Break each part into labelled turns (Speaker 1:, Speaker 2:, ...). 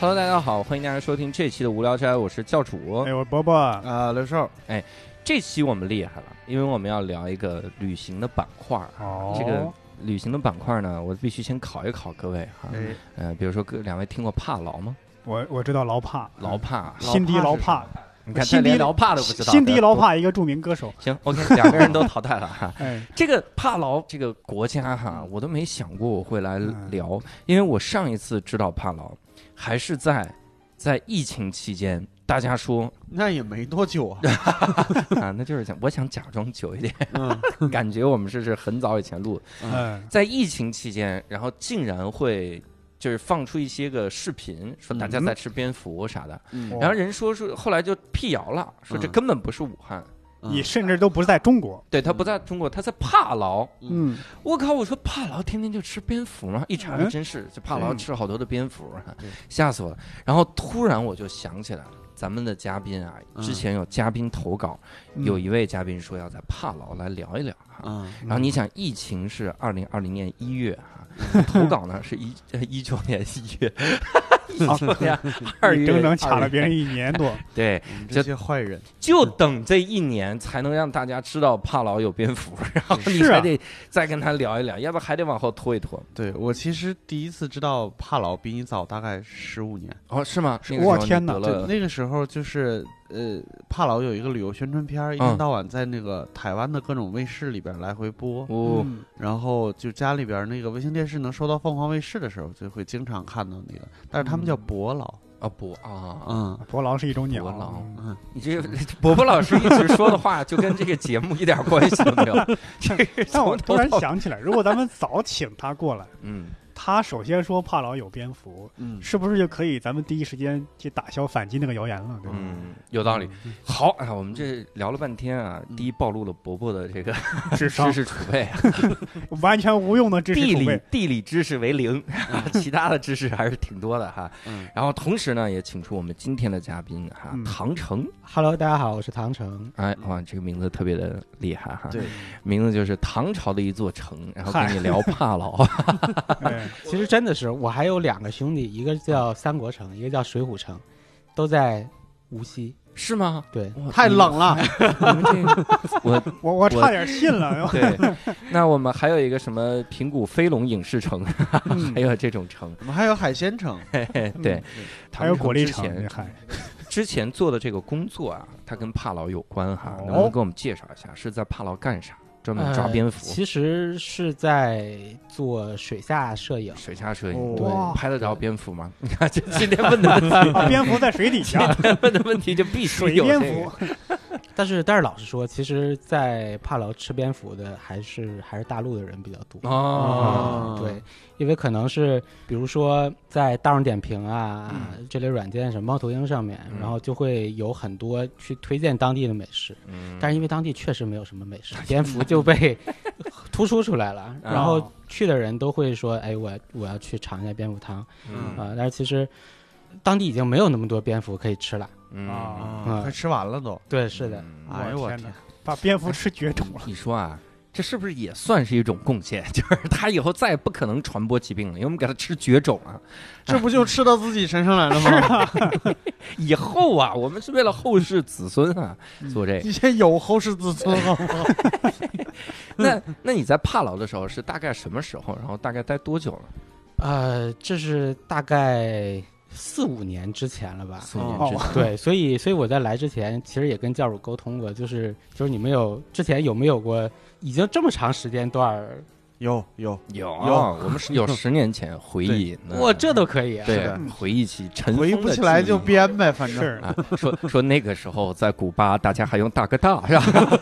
Speaker 1: Hello，大家好，欢迎大家收听这期的无聊斋，我是教主
Speaker 2: 哎，。我伯伯，
Speaker 3: 啊，刘少，
Speaker 1: 这期我们厉害了，因为我们要聊一个旅行的板块儿。
Speaker 2: 哦
Speaker 1: 这个旅行的板块呢，我必须先考一考各位哈。
Speaker 2: 哎，
Speaker 1: 呃，比如说各两位听过帕劳吗？
Speaker 2: 我我知道劳帕，
Speaker 1: 劳帕，
Speaker 2: 辛嗯迪劳帕，
Speaker 1: 你看
Speaker 2: 辛
Speaker 1: 他
Speaker 2: 迪
Speaker 1: 连劳帕都不知道。
Speaker 2: 辛迪劳帕一个著名歌手，
Speaker 1: 行，OK，两个人都淘汰了哈。
Speaker 2: 哎，
Speaker 1: 这个帕劳这个国家哈，我都没想过我会来聊，
Speaker 2: 嗯
Speaker 1: 因为我上一次知道帕劳还是在在疫情期间，大家说
Speaker 3: 那也没多久啊，
Speaker 1: 啊，那就是想我想假装久一点，
Speaker 3: 嗯
Speaker 1: 感觉我们这是很早以前录的，
Speaker 2: 嗯，
Speaker 1: 在疫情期间，然后竟然会。就是放出一些个视频，说大家在吃蝙蝠啥的，
Speaker 3: 嗯
Speaker 2: 我
Speaker 1: 然后人说是后来就辟谣了，说这
Speaker 3: 嗯
Speaker 1: 根本不是武汉，
Speaker 2: 你甚至都不是在中国，
Speaker 1: 对他不在中国，他在帕劳，
Speaker 2: 嗯，
Speaker 1: 我靠！我说帕劳天天就吃蝙蝠吗？一查还
Speaker 2: 嗯
Speaker 1: 真是，这帕劳
Speaker 2: 嗯
Speaker 1: 吃好多的蝙蝠啊
Speaker 3: 对，
Speaker 1: 吓死我了。然后突然我就想起来了，咱们的嘉宾啊，
Speaker 3: 嗯
Speaker 1: 之前有嘉宾投稿，
Speaker 2: 嗯
Speaker 1: 有一位嘉宾说要在帕劳来聊一聊啊。
Speaker 3: 嗯
Speaker 1: 然后你想，疫情是二零二零年一月 啊，投稿呢是一呃一九年一 月，
Speaker 2: 啊
Speaker 1: 19年 二
Speaker 2: 你
Speaker 1: 月
Speaker 2: 整整抢了别人
Speaker 1: 20
Speaker 2: 一年 多，
Speaker 1: 对，
Speaker 3: 嗯，这些坏人，
Speaker 1: 就等这一年才能让大家知道帕劳有蝙蝠，然后你
Speaker 2: 是啊
Speaker 1: 还得再跟他聊一聊，要不还得往后拖一拖。
Speaker 3: 对我其实第一次知道帕劳比你早大概十五年，
Speaker 1: 哦，是吗？
Speaker 2: 是
Speaker 1: 那个时候
Speaker 2: 我
Speaker 1: 你
Speaker 2: 天哪
Speaker 1: 得
Speaker 3: 就
Speaker 1: 了
Speaker 3: 那个时候就是呃，帕劳有一个旅游宣传片儿，
Speaker 1: 嗯
Speaker 3: 一天到晚在那个台湾的各种卫视里边来回播，
Speaker 1: 哦，
Speaker 2: 嗯
Speaker 3: 然后就家里边那个卫星电视能收到凤凰卫视的时候，就会经常看到那个，但是他们叫伯劳，
Speaker 1: 啊不啊，
Speaker 3: 嗯，
Speaker 2: 伯劳是一种鸟
Speaker 1: 伯劳，
Speaker 2: 嗯
Speaker 1: 你这伯伯老师一直说的话就跟这个节目一点关系都没 有。这个
Speaker 2: 但我
Speaker 1: 从头
Speaker 2: 突然
Speaker 1: 到
Speaker 2: 想起来，如果咱们早请他过来，
Speaker 1: 嗯，
Speaker 2: 他首先说帕劳有蝙蝠，
Speaker 3: 嗯
Speaker 2: 是不是就可以咱们第一时间去打消反击那个谣言了？对吧？
Speaker 1: 嗯，有道理。好啊，我们这聊了半天啊，
Speaker 3: 嗯
Speaker 1: 第一暴露了伯伯的这个
Speaker 2: 智商
Speaker 1: 知识储备，啊
Speaker 2: 完全无用的知 识
Speaker 1: 地
Speaker 2: 储
Speaker 1: 理
Speaker 2: 备，
Speaker 1: 地理知识为 零，啊其他的知识还是挺多的哈。
Speaker 3: 嗯
Speaker 1: 然后同时呢，也请出我们今天的嘉宾哈，
Speaker 2: 嗯
Speaker 1: 唐成。
Speaker 4: Hello，大家好，我是唐城。
Speaker 1: 哎，
Speaker 3: 嗯
Speaker 1: 哇，这个名字特别的厉害哈。
Speaker 3: 对，
Speaker 1: 名字就是唐朝的一座城，然后
Speaker 2: 嗨
Speaker 1: 跟你 聊帕劳。
Speaker 2: 哎
Speaker 4: 其实真的是，我还有两个兄弟，一个叫三国城，一个叫水浒城，都在无锡。
Speaker 1: 是吗？
Speaker 4: 对，
Speaker 1: 哇
Speaker 3: 太冷了，
Speaker 1: 你们这个， 我
Speaker 2: 我我差点信了。
Speaker 1: 对。那我们还有一个什么平谷飞龙影视城，
Speaker 2: 嗯
Speaker 1: 还有这种城，
Speaker 3: 我们还有海鲜城，
Speaker 1: 嘿嘿对。
Speaker 2: 哎 还有果粒
Speaker 1: 之
Speaker 2: 橙，你
Speaker 1: 前
Speaker 2: 还
Speaker 1: 之前做的这个工作啊，它跟帕劳有关哈，
Speaker 2: 哦
Speaker 1: 能不能给我们介绍一下是在帕劳干啥？专门抓蝙
Speaker 4: 呃
Speaker 1: 蝠、
Speaker 4: 其实是在做水下摄影。
Speaker 1: 水下摄影，
Speaker 2: 哦
Speaker 1: 对，
Speaker 2: 哇
Speaker 1: 拍得着蝙蝠 吗？你看这今天问的问题，
Speaker 2: 啊，蝙蝠在水底下，
Speaker 1: 问的问题就必须
Speaker 2: 水
Speaker 1: 有这
Speaker 2: 蝙
Speaker 1: 个。
Speaker 2: 蝠。
Speaker 4: 但是，但是老实说，其实，在帕劳吃蝙蝠的还是还是大陆的人比较多。
Speaker 1: 哦
Speaker 3: 哦
Speaker 4: 对，因为可能是比如说在大众点评啊、这类软件什么猫头鹰上面，
Speaker 1: 嗯
Speaker 4: 然后就会有很多去推荐当地的美食，
Speaker 1: 嗯
Speaker 4: 但是因为当地确实没有什么美食，蝙蝠就被突出出来了，然
Speaker 2: 哦
Speaker 4: 后去的人都会说，哎，我我要去尝一下蝙蝠汤啊、
Speaker 1: 嗯
Speaker 4: 但是其实当地已经没有那么多蝙蝠可以吃了。
Speaker 1: 嗯，
Speaker 2: 啊
Speaker 3: 快吃完了都，
Speaker 4: 对，是的，
Speaker 1: 嗯
Speaker 3: 哎呦
Speaker 2: 我
Speaker 3: 我
Speaker 2: 天哪，把蝙蝠吃绝种 了。
Speaker 1: 你说啊，这是不是也算是一种贡献？ 就是他以后再也不可能传播疾病了，因为我们给他吃绝种啊。
Speaker 3: 这不就吃到自己身上来了吗？
Speaker 1: 以后啊，我们是为了后世子孙啊
Speaker 3: 嗯
Speaker 1: 做这个。
Speaker 3: 你先有后世子孙好吗？
Speaker 1: 那那你在帕劳的时候是大概什么时候？然后大概待多久了？
Speaker 4: 呃，这是大概四五年之前了
Speaker 3: 啊
Speaker 4: 吧？
Speaker 1: 四五年
Speaker 2: 哦
Speaker 1: 之前。
Speaker 4: 对，所以所以我在来之前，其实也跟教主沟通过，就是就是你们有之前有没有过已经这么长时间段儿，
Speaker 3: 有有，
Speaker 1: 有
Speaker 3: 有
Speaker 1: 我们是有十年前回 忆，那
Speaker 4: 哇，这都可以啊！
Speaker 1: 嗯对
Speaker 3: 的
Speaker 1: 回忆起尘封
Speaker 3: 回忆
Speaker 1: 的
Speaker 3: 不起来
Speaker 1: 记忆
Speaker 3: 就编呗，反正。
Speaker 2: 是，
Speaker 1: 啊， 说说那个时候在古巴，大家还用大哥大是吧？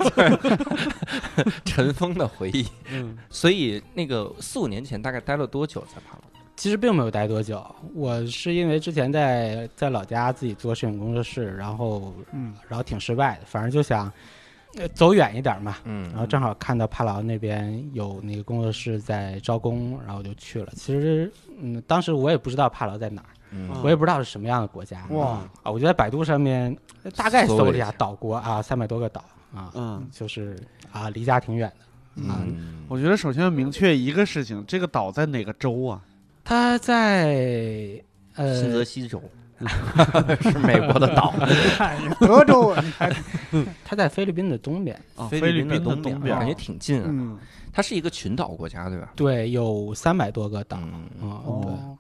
Speaker 1: 就是尘封的回忆。
Speaker 3: 嗯，
Speaker 1: 所以那个四五年前大概待了多久在帕劳？
Speaker 4: 其实并没有待多久，我是因为之前在在老家自己做摄影工作室，然后
Speaker 2: 嗯，
Speaker 4: 然后挺失败的，反正就想、呃、走远一点嘛。
Speaker 1: 嗯
Speaker 4: 然后正好看到帕劳那边有那个工作室在招工，然后我就去了。其实，嗯，当时我也不知道帕劳在哪儿，
Speaker 1: 嗯
Speaker 4: 我也不知道是什么样的国家。
Speaker 2: 哇
Speaker 4: 啊！我就在百度上面呃大概
Speaker 1: 搜
Speaker 4: 搜
Speaker 1: 了
Speaker 4: 了
Speaker 1: 一
Speaker 4: 一
Speaker 1: 下
Speaker 4: 下岛国啊，三百多个岛啊，
Speaker 3: 嗯，
Speaker 4: 就是啊，离家挺远的。啊
Speaker 1: 嗯，
Speaker 3: 我觉得首先要明确一个事情，这个岛在哪个州啊？
Speaker 4: 它在
Speaker 1: 新
Speaker 4: 呃
Speaker 1: 泽，西州 是美国的岛，
Speaker 2: 德州你还
Speaker 4: 它在菲律宾的东边，
Speaker 3: 啊
Speaker 1: 菲
Speaker 3: 菲律
Speaker 1: 宾的
Speaker 3: 宾的
Speaker 1: 边
Speaker 3: 东
Speaker 1: 啊，
Speaker 3: 边
Speaker 1: 感觉挺近啊。
Speaker 2: 嗯
Speaker 1: 它是一个群岛国家，对吧？
Speaker 4: 对，有三百多个岛。
Speaker 1: 嗯，
Speaker 4: 嗯，对，
Speaker 2: 哦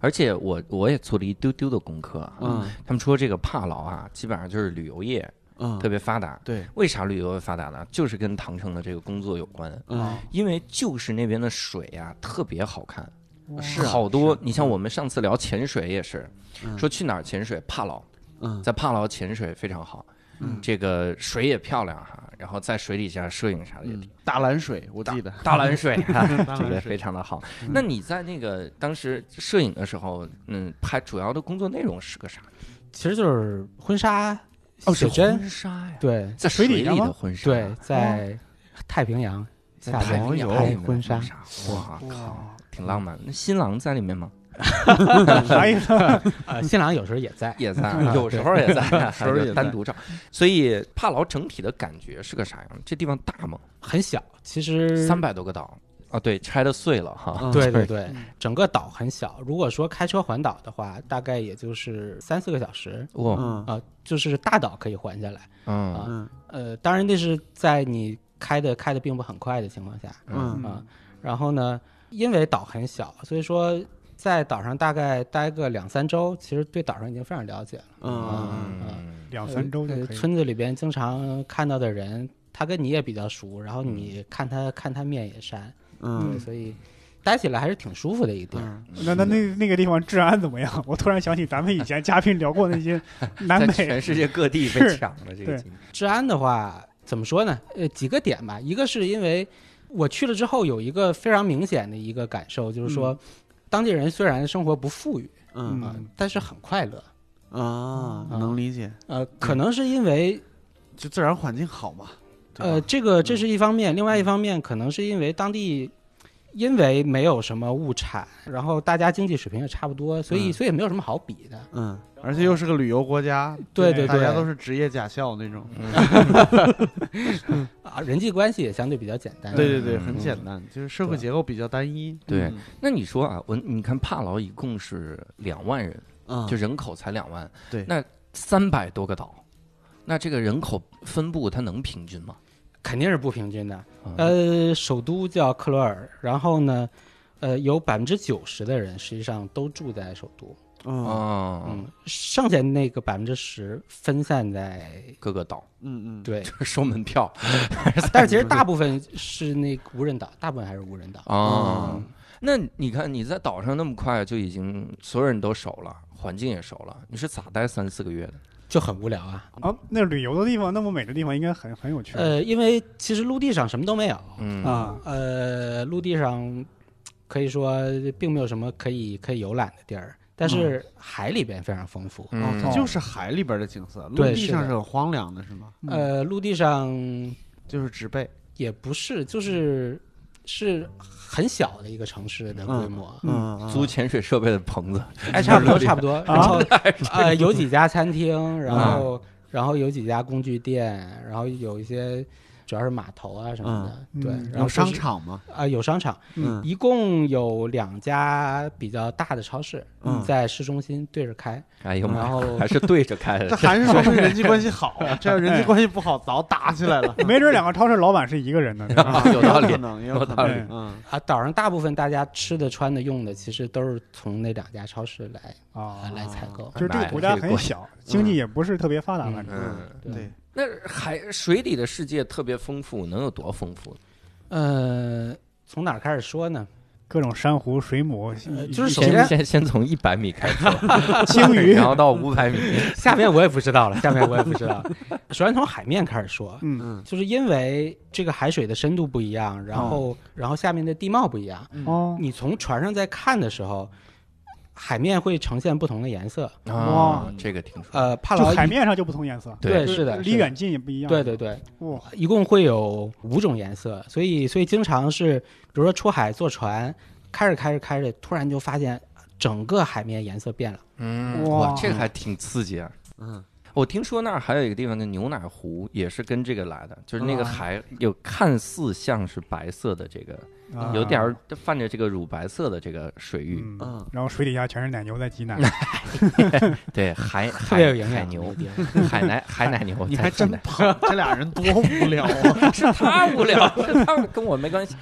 Speaker 1: 而且我我也做了一丢丢的功课啊。
Speaker 3: 嗯
Speaker 1: 他们说这个帕劳啊，基本上就是旅游业
Speaker 3: 嗯，
Speaker 1: 特别发达。
Speaker 3: 对，
Speaker 1: 为啥旅游业发达呢？就是跟唐城的这个工作有关，
Speaker 3: 嗯
Speaker 1: 因为就是那边的水呀、特别好看，
Speaker 4: 嗯
Speaker 1: 嗯
Speaker 3: 是啊
Speaker 1: 好多
Speaker 3: 是。
Speaker 1: 你像我们上次聊潜水也是，
Speaker 3: 嗯
Speaker 1: 说去哪儿潜水，帕劳，
Speaker 3: 嗯
Speaker 1: 在帕劳潜水非常好，
Speaker 3: 嗯
Speaker 1: 这个水也漂亮哈，然后在水底下摄影啥的也
Speaker 3: 嗯，大蓝水我记得，
Speaker 1: 大蓝水哈，
Speaker 3: 大
Speaker 1: 这个
Speaker 3: 蓝
Speaker 1: 非
Speaker 3: 水
Speaker 1: 常的好
Speaker 3: 嗯。
Speaker 1: 那你在那个当时摄影的时候，嗯，拍主要的工作内容是个啥？
Speaker 4: 其实就是婚纱、
Speaker 1: 是
Speaker 4: 写真，
Speaker 1: 婚纱呀，
Speaker 4: 对
Speaker 1: 在
Speaker 2: 水
Speaker 1: 里
Speaker 2: 底下吗
Speaker 1: 的婚纱，啊
Speaker 4: 哦对，
Speaker 1: 哦
Speaker 4: 在太平洋
Speaker 1: 在
Speaker 4: 下
Speaker 1: 太平
Speaker 4: 边
Speaker 1: 洋
Speaker 4: 拍
Speaker 1: 里面的
Speaker 4: 婚纱，，
Speaker 1: 哇靠，
Speaker 2: 哇，
Speaker 1: 挺浪漫。那新郎在里面吗？
Speaker 2: 啥意思？
Speaker 1: 啊
Speaker 4: 呃，新郎有时候也在，
Speaker 1: 也在，
Speaker 4: 嗯
Speaker 1: 有时候也 在，还
Speaker 3: 有时候
Speaker 1: 有
Speaker 3: 也在
Speaker 1: 单独照。所以帕劳整体的感觉是个啥样？这地方大吗？
Speaker 4: 很小，其实
Speaker 1: 三百多个岛啊，对，拆的碎了哈。
Speaker 3: 嗯
Speaker 4: 对对对
Speaker 2: 嗯，
Speaker 4: 整个岛很小。如果说开车环岛的话，大概也就是三四个小时，
Speaker 1: 哇，
Speaker 3: 嗯
Speaker 4: 啊，就是大岛可以环下来。
Speaker 1: 嗯
Speaker 4: 啊
Speaker 3: 嗯
Speaker 4: 呃，当然那是在你开的开的并不很快的情况下。
Speaker 1: 嗯
Speaker 2: 嗯
Speaker 4: 啊然后呢，因为岛很小，所以说在岛上大概待个两三周，其实对岛上已经非常了解了。
Speaker 3: 嗯
Speaker 1: 嗯，
Speaker 2: 两三周就
Speaker 4: 呃
Speaker 2: 可以。
Speaker 4: 村子里边经常看到的人，他跟你也比较熟，然后你
Speaker 2: 嗯
Speaker 4: 看他看他面也善，对
Speaker 3: 嗯
Speaker 4: 所以待起来还是挺舒服的一个地儿。
Speaker 3: 嗯，
Speaker 2: 那那那那个地方治安怎么样？ 我突然想起咱们以前嘉宾聊过那些南
Speaker 1: 在
Speaker 2: 美，
Speaker 1: 全世界各地被
Speaker 2: 是
Speaker 1: 抢的这个
Speaker 2: 对
Speaker 1: 景
Speaker 4: 治安的话，怎么说呢？呃，几个点吧，一个是因为我去了之后有一个非常明显的一个感受，就是说，当地人虽然生活不富裕
Speaker 3: 嗯
Speaker 4: 啊、
Speaker 2: 嗯
Speaker 4: 但是很快乐。
Speaker 3: 啊，能理解，
Speaker 4: 呃，可能是因为
Speaker 3: 就自然环境好嘛，对吧啊嗯
Speaker 4: 呃，这个这是一方面，另外一方面可能是因为当地。因为没有什么物产，然后大家经济水平也差不多，所以、
Speaker 3: 嗯
Speaker 4: 所以没有什么好比的。
Speaker 3: 嗯，而且又是个旅游国家，
Speaker 4: 对
Speaker 2: 对
Speaker 4: 对
Speaker 3: 大
Speaker 4: 对，
Speaker 3: 家都是职业驾校那种，
Speaker 4: 啊，人际关系也相对比较简单。
Speaker 3: 对对对，
Speaker 1: 嗯
Speaker 3: 很简单，就是社会结构比较单一，
Speaker 1: 对，那你说啊，我你看帕劳一共是两万人，
Speaker 3: 嗯，
Speaker 1: 就是人口才两万，
Speaker 3: 对
Speaker 1: 那三百多个岛，那这个人口分布它能平均吗？
Speaker 4: 肯定是不平均的。
Speaker 1: 啊，
Speaker 4: 呃，首都叫克罗尔，然后呢，呃，有百分之九十的人实际上都住在首都，
Speaker 3: 嗯
Speaker 1: 哦
Speaker 4: 嗯，剩下那个百分之十分散在
Speaker 1: 各个岛
Speaker 3: 嗯嗯，
Speaker 4: 对，
Speaker 1: 收门票
Speaker 4: 但是其实大部分是那个无人岛，大部分还是无人岛。
Speaker 1: 啊
Speaker 3: 嗯。
Speaker 1: 那你看你在岛上那么快就已经所有人都熟了，环境也熟了，你是咋待三四个月的？
Speaker 4: 就很无聊啊。
Speaker 2: 啊，那旅游的地方，那么美的地方，应该很很有趣。
Speaker 4: 呃，因为其实陆地上什么都没有，
Speaker 1: 嗯
Speaker 2: 啊，
Speaker 4: 呃，陆地上可以说并没有什么可以可以游览的地儿，但是海里边非常丰富。
Speaker 1: 嗯
Speaker 3: 哦，它就是海里边的景色，陆
Speaker 4: 对
Speaker 3: 地
Speaker 4: 是
Speaker 3: 上
Speaker 4: 的
Speaker 3: 是很荒凉的，是吗？
Speaker 1: 嗯
Speaker 4: 呃，陆地上
Speaker 3: 就是植被，
Speaker 4: 也不是，就是是很小的一个城市的规模，
Speaker 3: 嗯，嗯
Speaker 1: 租潜水设备的棚子，
Speaker 4: 哎，差不多差不多。 嗯然
Speaker 2: 啊
Speaker 4: 后呃，有几家餐厅，然
Speaker 1: 啊
Speaker 4: 后然后有几家工具店，然后有一些主要是码头啊什么的，
Speaker 2: 嗯
Speaker 4: 对
Speaker 2: 嗯，
Speaker 4: 然
Speaker 3: 有
Speaker 4: 后
Speaker 3: 商
Speaker 4: 就是
Speaker 3: 场嘛，
Speaker 4: 啊有商场，
Speaker 3: 嗯
Speaker 4: 一共有两家比较大的超市
Speaker 3: 嗯
Speaker 4: 在市中心对着开，
Speaker 1: 哎
Speaker 2: 嗯
Speaker 1: 呦
Speaker 4: 然
Speaker 1: 妈，
Speaker 4: 后
Speaker 1: 还是对着开
Speaker 3: 这
Speaker 1: 的。
Speaker 3: 还是说明人际关系好，这要人际关系不好，早打起来了。
Speaker 2: 没准两个超市老板是一个人呢。对吧 哎
Speaker 3: 啊
Speaker 1: 有道理
Speaker 3: 可能，也有可
Speaker 1: 有道
Speaker 2: 理
Speaker 3: 能，嗯，
Speaker 4: 啊岛上大部分大家吃的、穿的、用的，其实都是从那两家超市来啊
Speaker 2: 啊，
Speaker 4: 来采购。
Speaker 2: 就是这个国
Speaker 1: 哎
Speaker 2: 家很小，经济也不是特别发达，反正
Speaker 1: 嗯，
Speaker 3: 对，
Speaker 1: 那海水里的世界特别丰富，能有多丰富？
Speaker 4: 呃，从哪儿开始说呢？
Speaker 2: 各种珊瑚、水母、
Speaker 4: 呃就是首
Speaker 1: 先
Speaker 4: 先
Speaker 1: 先先从一百米开始，
Speaker 2: 鲸鱼
Speaker 1: 然，后到五百米，
Speaker 4: 下面我也不 知道了，下面我也不知道了。首先从海面开始说，
Speaker 2: 嗯，
Speaker 3: 嗯
Speaker 4: 就是因为这个海水的深度不一样，然后、
Speaker 2: 嗯
Speaker 4: 然后下面的地貌不一样，
Speaker 2: 哦，
Speaker 4: 你从船上在看的时候，海面会呈现不同的颜色。
Speaker 1: 啊，这个听说，
Speaker 4: 呃，帕
Speaker 2: 就
Speaker 4: 劳一
Speaker 2: 海面上就不同颜色，
Speaker 1: 对
Speaker 4: 对是的，
Speaker 2: 离
Speaker 4: 是的
Speaker 2: 远近也不一样。
Speaker 4: 对对对，
Speaker 2: 哇，
Speaker 4: 一共会有五种颜色，所以所以经常是，比如说出海坐船，开着开着开着，突然就发现整个海面颜色变了。
Speaker 1: 嗯，
Speaker 2: 哇
Speaker 1: 哇，这个还挺刺激啊。
Speaker 3: 嗯
Speaker 1: 我听说那儿还有一个地方叫牛奶湖，也是跟这个来的，就是那个
Speaker 4: 啊
Speaker 1: 海有看似像是白色的这个，
Speaker 2: 啊
Speaker 1: 有点儿泛着这个乳白色的这个水域，
Speaker 2: 嗯
Speaker 3: 嗯
Speaker 2: 然后水底下全是奶牛在挤奶，
Speaker 1: 对海
Speaker 4: 特别有
Speaker 1: 海
Speaker 4: 营
Speaker 1: 海
Speaker 4: 养。、
Speaker 1: 牛 海奶海奶牛，
Speaker 3: 你还真
Speaker 1: 的
Speaker 3: 胖，这俩人多无聊啊！
Speaker 1: 是他无聊，是他跟我没关系。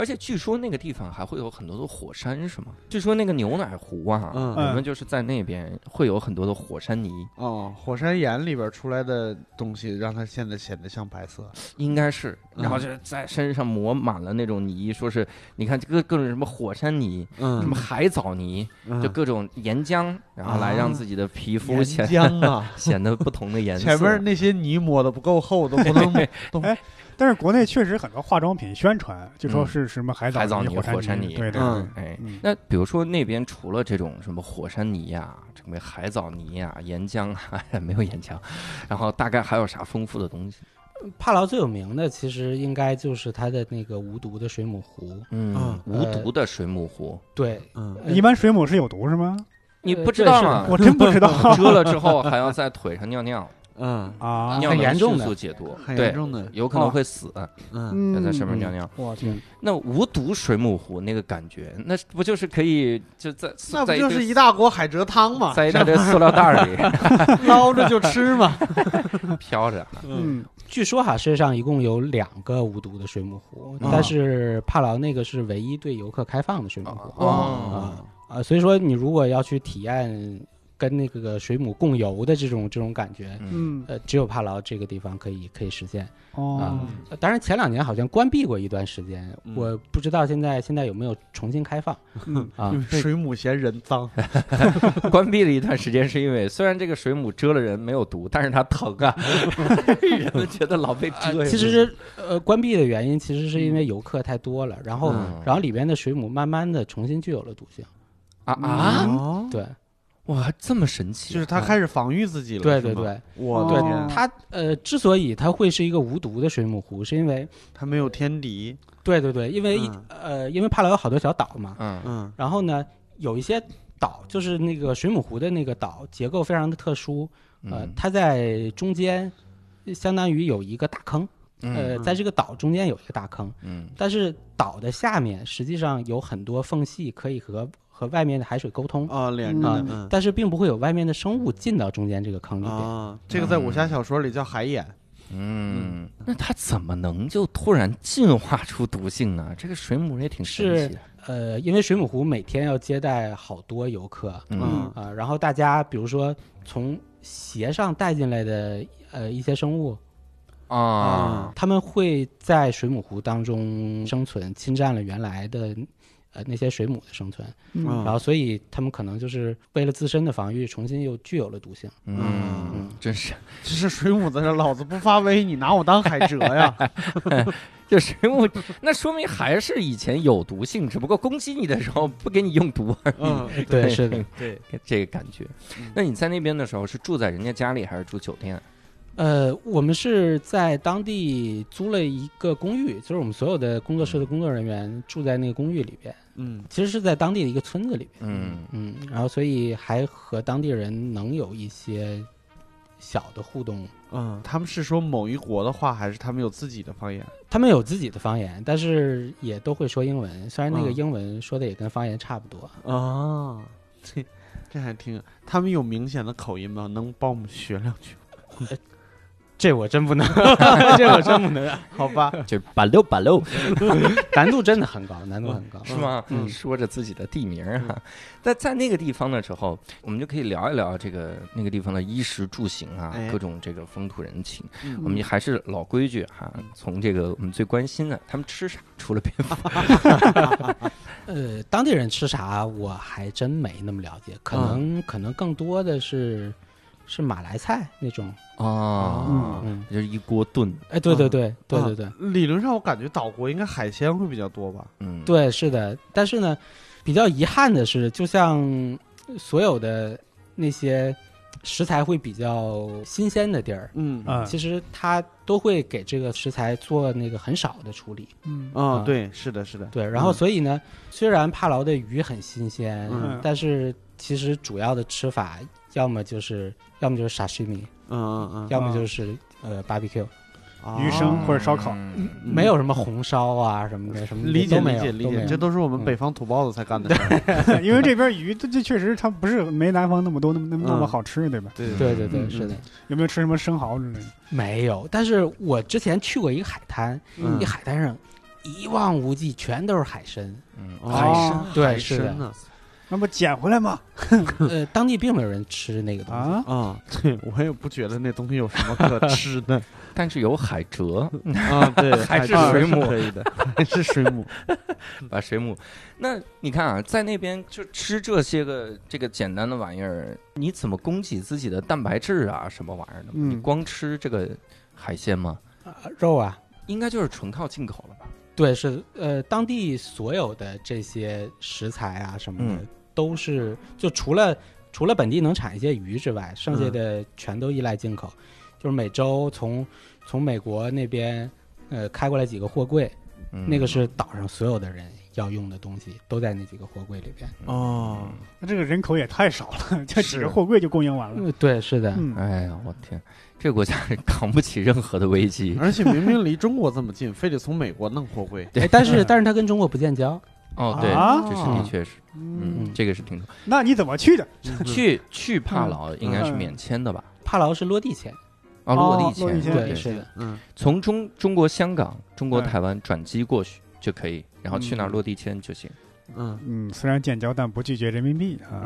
Speaker 1: 而且据说那个地方还会有很多的火山，是吗？据说那个牛奶湖啊，
Speaker 3: 嗯
Speaker 1: 我们就是在那边会有很多的火山泥，
Speaker 3: 哦，火山岩里边出来的东西，让它现在显得像白色。
Speaker 1: 应该是，
Speaker 3: 嗯
Speaker 1: 然后就是在身上抹满了那种泥，说是你看各各种什么火山泥，什
Speaker 3: 嗯
Speaker 1: 么，海藻泥，就各种岩浆，然后来让自己的皮肤
Speaker 3: 啊岩
Speaker 1: 显，
Speaker 3: 浆啊
Speaker 1: 显得不同的颜色。
Speaker 3: 前面那些泥抹的不够厚，都不能哎
Speaker 2: 但是国内确实很多化妆品宣传就说
Speaker 1: 嗯
Speaker 2: 是什么海
Speaker 1: 海藻
Speaker 2: 泥、
Speaker 1: 泥
Speaker 2: 火
Speaker 1: 火山泥
Speaker 2: 对对，
Speaker 3: 嗯
Speaker 1: 哎，
Speaker 2: 嗯
Speaker 1: 那比如说那边除了这种什么火山泥呀、什么海藻泥呀、岩浆啊， 没有岩浆，然后大概还有啥丰富的东西？
Speaker 4: 帕劳最有名的其实应该就是它的那个无毒的水母湖，
Speaker 1: 嗯
Speaker 3: 啊，
Speaker 1: 无
Speaker 4: 呃
Speaker 1: 毒的水母湖，
Speaker 4: 对，
Speaker 3: 嗯
Speaker 4: 呃
Speaker 2: 一般水母是有毒是吗？
Speaker 1: 你
Speaker 4: 呃
Speaker 1: 不知
Speaker 4: 对
Speaker 1: 道
Speaker 4: 是的
Speaker 1: 吗？
Speaker 2: 我真不知道
Speaker 1: 遮了之后还要在腿上尿尿，
Speaker 3: 嗯，
Speaker 2: 啊，
Speaker 1: 尿
Speaker 4: 很
Speaker 1: 能
Speaker 4: 严重
Speaker 1: 迅
Speaker 4: 的
Speaker 1: 速解毒，
Speaker 3: 很
Speaker 1: 对，
Speaker 3: 严重的，哦
Speaker 1: 有可能会死，
Speaker 3: 嗯，
Speaker 1: 要
Speaker 2: 嗯，
Speaker 1: 在上面尿尿。
Speaker 4: 我去，
Speaker 1: 那无毒水母湖那个感觉，那不就是可以就在
Speaker 3: 那不
Speaker 1: 在
Speaker 3: 就
Speaker 1: 堆
Speaker 3: 是一大锅海蜇汤嘛，
Speaker 1: 在一大堆塑料袋儿里
Speaker 3: 捞着就吃嘛。
Speaker 1: 飘着？
Speaker 2: 嗯，
Speaker 4: 据说哈，世界上一共有两个无毒的水母湖，
Speaker 1: 嗯
Speaker 4: 但是帕劳那个是唯一对游客开放的水母湖
Speaker 1: 哦，
Speaker 4: 啊啊，所以说你如果要去体验跟那个水母共游的这种这种感觉，
Speaker 1: 嗯，
Speaker 2: 嗯，
Speaker 4: 呃，只有帕劳这个地方可以可以实现。
Speaker 2: 哦，
Speaker 4: 呃当然前两年好像关闭过一段时间，
Speaker 3: 嗯
Speaker 4: 我不知道现在现在有没有重新开放
Speaker 2: 嗯
Speaker 4: 啊。
Speaker 3: 水母嫌人脏，
Speaker 1: 关闭了一段时间，是因为虽然这个水母蛰了人没有毒，但是它疼啊，人们觉得老被蛰呀。
Speaker 4: 啊其实是呃，关闭的原因其实是因为游客太多了，然后、
Speaker 1: 嗯
Speaker 4: 然后里边的水母慢慢的重新具有了毒性。
Speaker 1: 啊啊，
Speaker 3: 哦，
Speaker 4: 对
Speaker 1: 哇，这么神奇啊！
Speaker 3: 就是它开始防御自己了，
Speaker 4: 对
Speaker 3: 是
Speaker 4: 对
Speaker 3: 吗，
Speaker 4: 对，
Speaker 3: 我
Speaker 2: 对
Speaker 3: 的天，
Speaker 1: 哦
Speaker 4: 它呃之所以它会是一个无毒的水母湖，是因为
Speaker 3: 它没有天敌，
Speaker 4: 对对对，因为、
Speaker 3: 嗯
Speaker 4: 呃因为帕劳有好多小岛嘛，
Speaker 1: 嗯
Speaker 3: 嗯
Speaker 4: 然后呢有一些岛就是那个水母湖的那个岛结构非常的特殊，呃
Speaker 1: 嗯
Speaker 4: 它在中间相当于有一个大坑，
Speaker 1: 嗯
Speaker 4: 呃
Speaker 3: 嗯
Speaker 4: 在这个岛中间有一个大坑，
Speaker 1: 嗯
Speaker 4: 但是岛的下面实际上有很多缝隙可以和和外面的海水沟通，
Speaker 3: 啊，连着
Speaker 1: 嗯
Speaker 3: 的，
Speaker 4: 但是并不会有外面的生物进到中间这个坑里
Speaker 3: 嗯
Speaker 4: 边。
Speaker 3: 啊，这个在武侠小说里叫海眼，
Speaker 1: 嗯，那它怎么能就突然进化出毒性呢？这个水母也挺神奇的。
Speaker 4: 呃，因为水母湖每天要接待好多游客啊、
Speaker 1: 嗯
Speaker 4: 呃然后大家比如说从鞋上带进来的呃一些生物，
Speaker 1: 啊，
Speaker 4: 他们会在水母湖当中生存，侵占了原来的呃那些水母的生存，
Speaker 2: 嗯
Speaker 3: 嗯
Speaker 4: 然后所以他们可能就是为了自身的防御，重新又具有了毒性。
Speaker 1: 嗯，真是。
Speaker 3: 这是水母在这，老子不发威，你拿我当海蜇呀？
Speaker 1: 就水母，那说明还是以前有毒性，只不过攻击你的时候不给你用毒而已。
Speaker 3: 嗯，
Speaker 4: 对，是的，
Speaker 3: 对，
Speaker 1: 这个感觉。那你在那边的时候是住在人家家里还是住酒店？啊
Speaker 4: 呃，我们是在当地租了一个公寓，就是我们所有的工作室的工作人员住在那个公寓里边，
Speaker 3: 嗯
Speaker 4: 其实是在当地的一个村子里边。
Speaker 1: 嗯
Speaker 4: 嗯，然后所以还和当地人能有一些小的互动。
Speaker 3: 嗯，他们是说某一国的话，还是他们有自己的方言？
Speaker 4: 他们有自己的方言，但是也都会说英文。虽然那个
Speaker 3: 嗯
Speaker 4: 英文说的也跟方言差不多，
Speaker 3: 啊，这这还挺，他们有明显的口音吗？能帮我们学两句？
Speaker 4: 这我真不 能，这我真不能，
Speaker 3: 好吧，
Speaker 1: 嗯就是板溜板溜，
Speaker 4: 难度真的很 高，难度很高。
Speaker 1: 是吗？
Speaker 4: 嗯
Speaker 1: 说着自己的地名儿啊。但在 那个地方的时候，我们就可以聊一聊这个那个地方的衣食住行啊，
Speaker 3: 哎
Speaker 1: 各种这个风土人情。
Speaker 3: 嗯
Speaker 1: 我们还是老规矩哈、从这个我们最关心的，他们吃啥？除了蝙蝠，
Speaker 4: 呃，当地人吃啥我还真没那么了解，可能、可能更多的是是马来菜那种。
Speaker 1: 哦，
Speaker 4: 嗯，
Speaker 1: 就是一锅炖。
Speaker 4: 哎，对对
Speaker 3: 啊
Speaker 4: 对、对对对、
Speaker 3: 啊理论上我感觉岛国应该海鲜会比较多吧？
Speaker 1: 嗯，
Speaker 4: 对，是的。但是呢，比较遗憾的是，就像所有的那些食材会比较新鲜的地儿，
Speaker 3: 嗯
Speaker 2: 啊
Speaker 4: 其实它都会给这个食材做那个很少的处理。
Speaker 2: 嗯
Speaker 3: 啊
Speaker 4: 啊，
Speaker 3: 对，是的，是的，
Speaker 4: 对，然后
Speaker 3: 嗯
Speaker 4: 所以呢，虽然帕劳的鱼很新鲜，
Speaker 3: 嗯
Speaker 4: 但是其实主要的吃法要么就是要么就是沙西米，
Speaker 3: 嗯嗯嗯，
Speaker 4: 要么就是呃 barbecue，
Speaker 3: 啊
Speaker 2: 鱼生或者烧烤
Speaker 1: 嗯
Speaker 3: 嗯
Speaker 4: 没有什么红烧啊什么的，什么的
Speaker 3: 理解
Speaker 4: 都没
Speaker 3: 理
Speaker 4: 有
Speaker 3: 解
Speaker 4: 都
Speaker 3: 理
Speaker 4: 没
Speaker 3: 解，
Speaker 4: 有
Speaker 3: 这都是我们
Speaker 4: 嗯
Speaker 3: 北方土包子才干的事儿。
Speaker 2: 因为这边鱼这这确实它不是没南方那么多那么那么那么
Speaker 3: 嗯
Speaker 2: 好吃，对吧？
Speaker 3: 对
Speaker 4: 对对对，
Speaker 3: 嗯
Speaker 4: 是的，
Speaker 2: 有没有吃什么生蚝之类的？
Speaker 4: 没有。但是我之前去过一个海滩，
Speaker 3: 嗯
Speaker 4: 一海滩上一望无际，全都是海参。
Speaker 1: 嗯，
Speaker 3: 哦
Speaker 1: 海参
Speaker 2: 参，
Speaker 4: 对，
Speaker 3: 海
Speaker 4: 是
Speaker 3: 参
Speaker 4: 的，
Speaker 3: 呢？
Speaker 2: 那不捡回来吗？
Speaker 4: 呃，当地并没有人吃那个东西。
Speaker 2: 啊，
Speaker 3: 啊，对我也不觉得那东西有什么可吃的
Speaker 1: 但是有海蜇，
Speaker 3: 啊。对，
Speaker 1: 还是
Speaker 3: 海
Speaker 1: 水
Speaker 3: 参
Speaker 1: 母
Speaker 3: 可以的，还是水母。
Speaker 1: 把水母。那你看啊，在那边就吃这些个这个简单的玩意儿，你怎么供给自己的蛋白质啊？什么玩意儿呢？
Speaker 2: 嗯
Speaker 1: 你光吃这个海鲜吗？
Speaker 4: 呃肉啊，
Speaker 1: 应该就是纯靠进口了吧？
Speaker 4: 对，是的呃，当地所有的这些食材啊什么的，
Speaker 1: 嗯
Speaker 4: 都是就除了除了本地能产一些鱼之外，剩下的全都依赖进口。就是每周从从美国那边呃开过来几个货柜，
Speaker 1: 嗯
Speaker 4: 那个是岛上所有的人要用的东西，都在那几个货柜里边。
Speaker 3: 哦，
Speaker 2: 那这个人口也太少了，这几
Speaker 3: 是
Speaker 2: 个货柜就供应完了。
Speaker 4: 嗯，对，是的，
Speaker 2: 嗯，
Speaker 1: 哎呀，我天，这个国家是扛不起任何的危机。
Speaker 3: 而且明明离中国这么近，非得从美国弄货 柜。
Speaker 1: 对
Speaker 4: 哎但是但是它跟中国不建交，
Speaker 1: 哦，对，
Speaker 2: 啊
Speaker 1: 这是的确是，
Speaker 2: 嗯，
Speaker 1: 嗯，这个是挺多。
Speaker 2: 那你怎么去的？
Speaker 1: 去去帕劳应该是免签的吧？
Speaker 4: 帕劳是落地签，
Speaker 1: 啊，落地
Speaker 2: 落地签
Speaker 1: 签，
Speaker 4: 对，是的，
Speaker 3: 嗯，
Speaker 1: 从中中国香港、中国
Speaker 2: 嗯
Speaker 1: 台湾转机过去就可以，然后去那儿落地签就行。
Speaker 3: 嗯
Speaker 2: 嗯，虽然建交，但不拒绝人民币啊。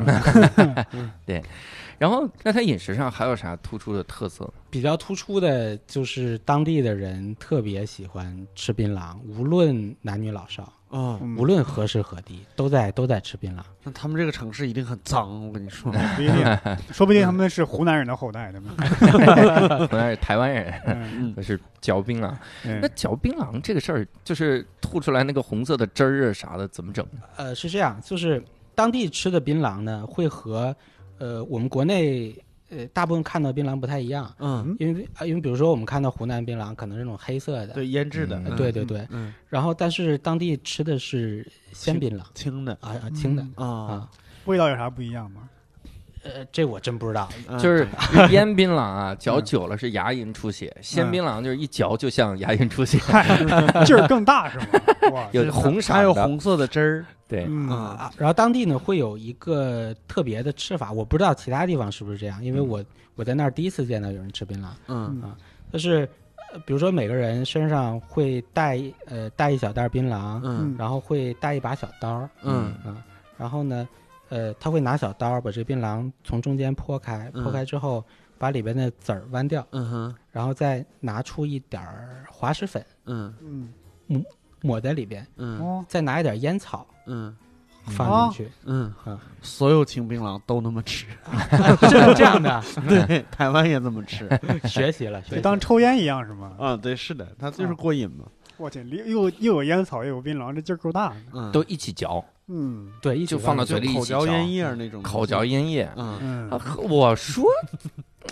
Speaker 1: 然后，那它饮食上还有啥突出的特色？
Speaker 4: 比较突出的就是当地的人特别喜欢吃槟榔，无论男女老少，
Speaker 3: 哦，
Speaker 2: 嗯
Speaker 4: 无论何时何地，都在都在吃槟榔。
Speaker 3: 那他们这个城市一定很脏，我跟你说。
Speaker 1: 嗯
Speaker 2: 嗯不一定，说不定他们是湖南人的后代，对吧？
Speaker 1: 同样是台湾人，
Speaker 2: 嗯
Speaker 3: 嗯，
Speaker 1: 是嚼槟榔。那
Speaker 2: 嗯
Speaker 1: 嚼槟榔这个事儿，就是吐出来那个红色的汁儿啊啥的，怎么整？
Speaker 4: 呃，是这样，就是当地吃的槟榔呢，会和呃我们国内呃大部分看到的槟榔不太一样，
Speaker 3: 嗯，
Speaker 4: 因为啊因为比如说我们看到湖南槟榔可能是那种黑色的，
Speaker 3: 对，腌制的，
Speaker 1: 嗯
Speaker 3: 嗯
Speaker 4: 呃对对对，
Speaker 3: 嗯，
Speaker 4: 然后但是当地吃的是鲜槟榔
Speaker 3: 清的
Speaker 4: 啊啊青的
Speaker 2: 嗯
Speaker 3: 啊，
Speaker 4: 啊，
Speaker 2: 味道有啥不一样吗？
Speaker 4: 呃这我真不知道，
Speaker 3: 嗯
Speaker 1: 就是腌槟榔啊，嚼久了是牙龈出血，
Speaker 3: 嗯
Speaker 1: 鲜槟榔就是一嚼就像牙龈 出血，
Speaker 2: 嗨，劲儿更大是吗？哇，
Speaker 1: 有红
Speaker 3: 还
Speaker 1: 色
Speaker 3: 有
Speaker 1: 的，
Speaker 3: 红色的汁儿
Speaker 1: 对，
Speaker 2: 嗯，
Speaker 3: 啊，
Speaker 4: 然后当地呢会有一个特别的吃法，我不知道其他地方是不是这样，因为
Speaker 1: 嗯
Speaker 4: 我、我在那儿第一次见到有人吃槟榔，
Speaker 3: 嗯
Speaker 4: 但是、呃比如说每个人身上会带一呃带一小袋槟榔，
Speaker 3: 嗯
Speaker 4: 然后会带一把小刀儿
Speaker 3: 嗯
Speaker 4: 啊、然后呢，呃他会拿小刀儿把这槟榔从中间剖开，
Speaker 3: 嗯
Speaker 4: 剖开之后把里边的籽儿剜掉，
Speaker 3: 嗯哼
Speaker 4: 然后再拿出一点儿滑石粉
Speaker 3: 嗯
Speaker 2: 嗯，
Speaker 4: 抹在里边，
Speaker 3: 嗯
Speaker 2: 哦，
Speaker 4: 再拿一点烟草
Speaker 3: 嗯
Speaker 4: 放
Speaker 1: 哦
Speaker 4: 进去，
Speaker 3: 嗯
Speaker 4: 嗯，
Speaker 3: 所有清槟榔都那么 吃，
Speaker 4: 是有这样的啊，
Speaker 3: 对，台湾也这么 吃
Speaker 4: 学习了，学
Speaker 2: 就
Speaker 4: 习
Speaker 2: 当
Speaker 4: 了
Speaker 2: 抽烟一样是吗？
Speaker 3: 啊，对，是的，它
Speaker 1: 哦
Speaker 3: 就是过瘾嘛，
Speaker 2: 我天，里又又有烟草，又有槟榔，这劲儿够大的。
Speaker 3: 嗯，
Speaker 1: 都一起嚼，
Speaker 2: 嗯
Speaker 4: 对，一起
Speaker 1: 就放到嘴里一
Speaker 3: 口
Speaker 1: 起
Speaker 3: 嚼烟叶儿那种，
Speaker 1: 口嚼，烟叶。
Speaker 3: 嗯
Speaker 1: 啊
Speaker 2: 嗯，
Speaker 1: 我说，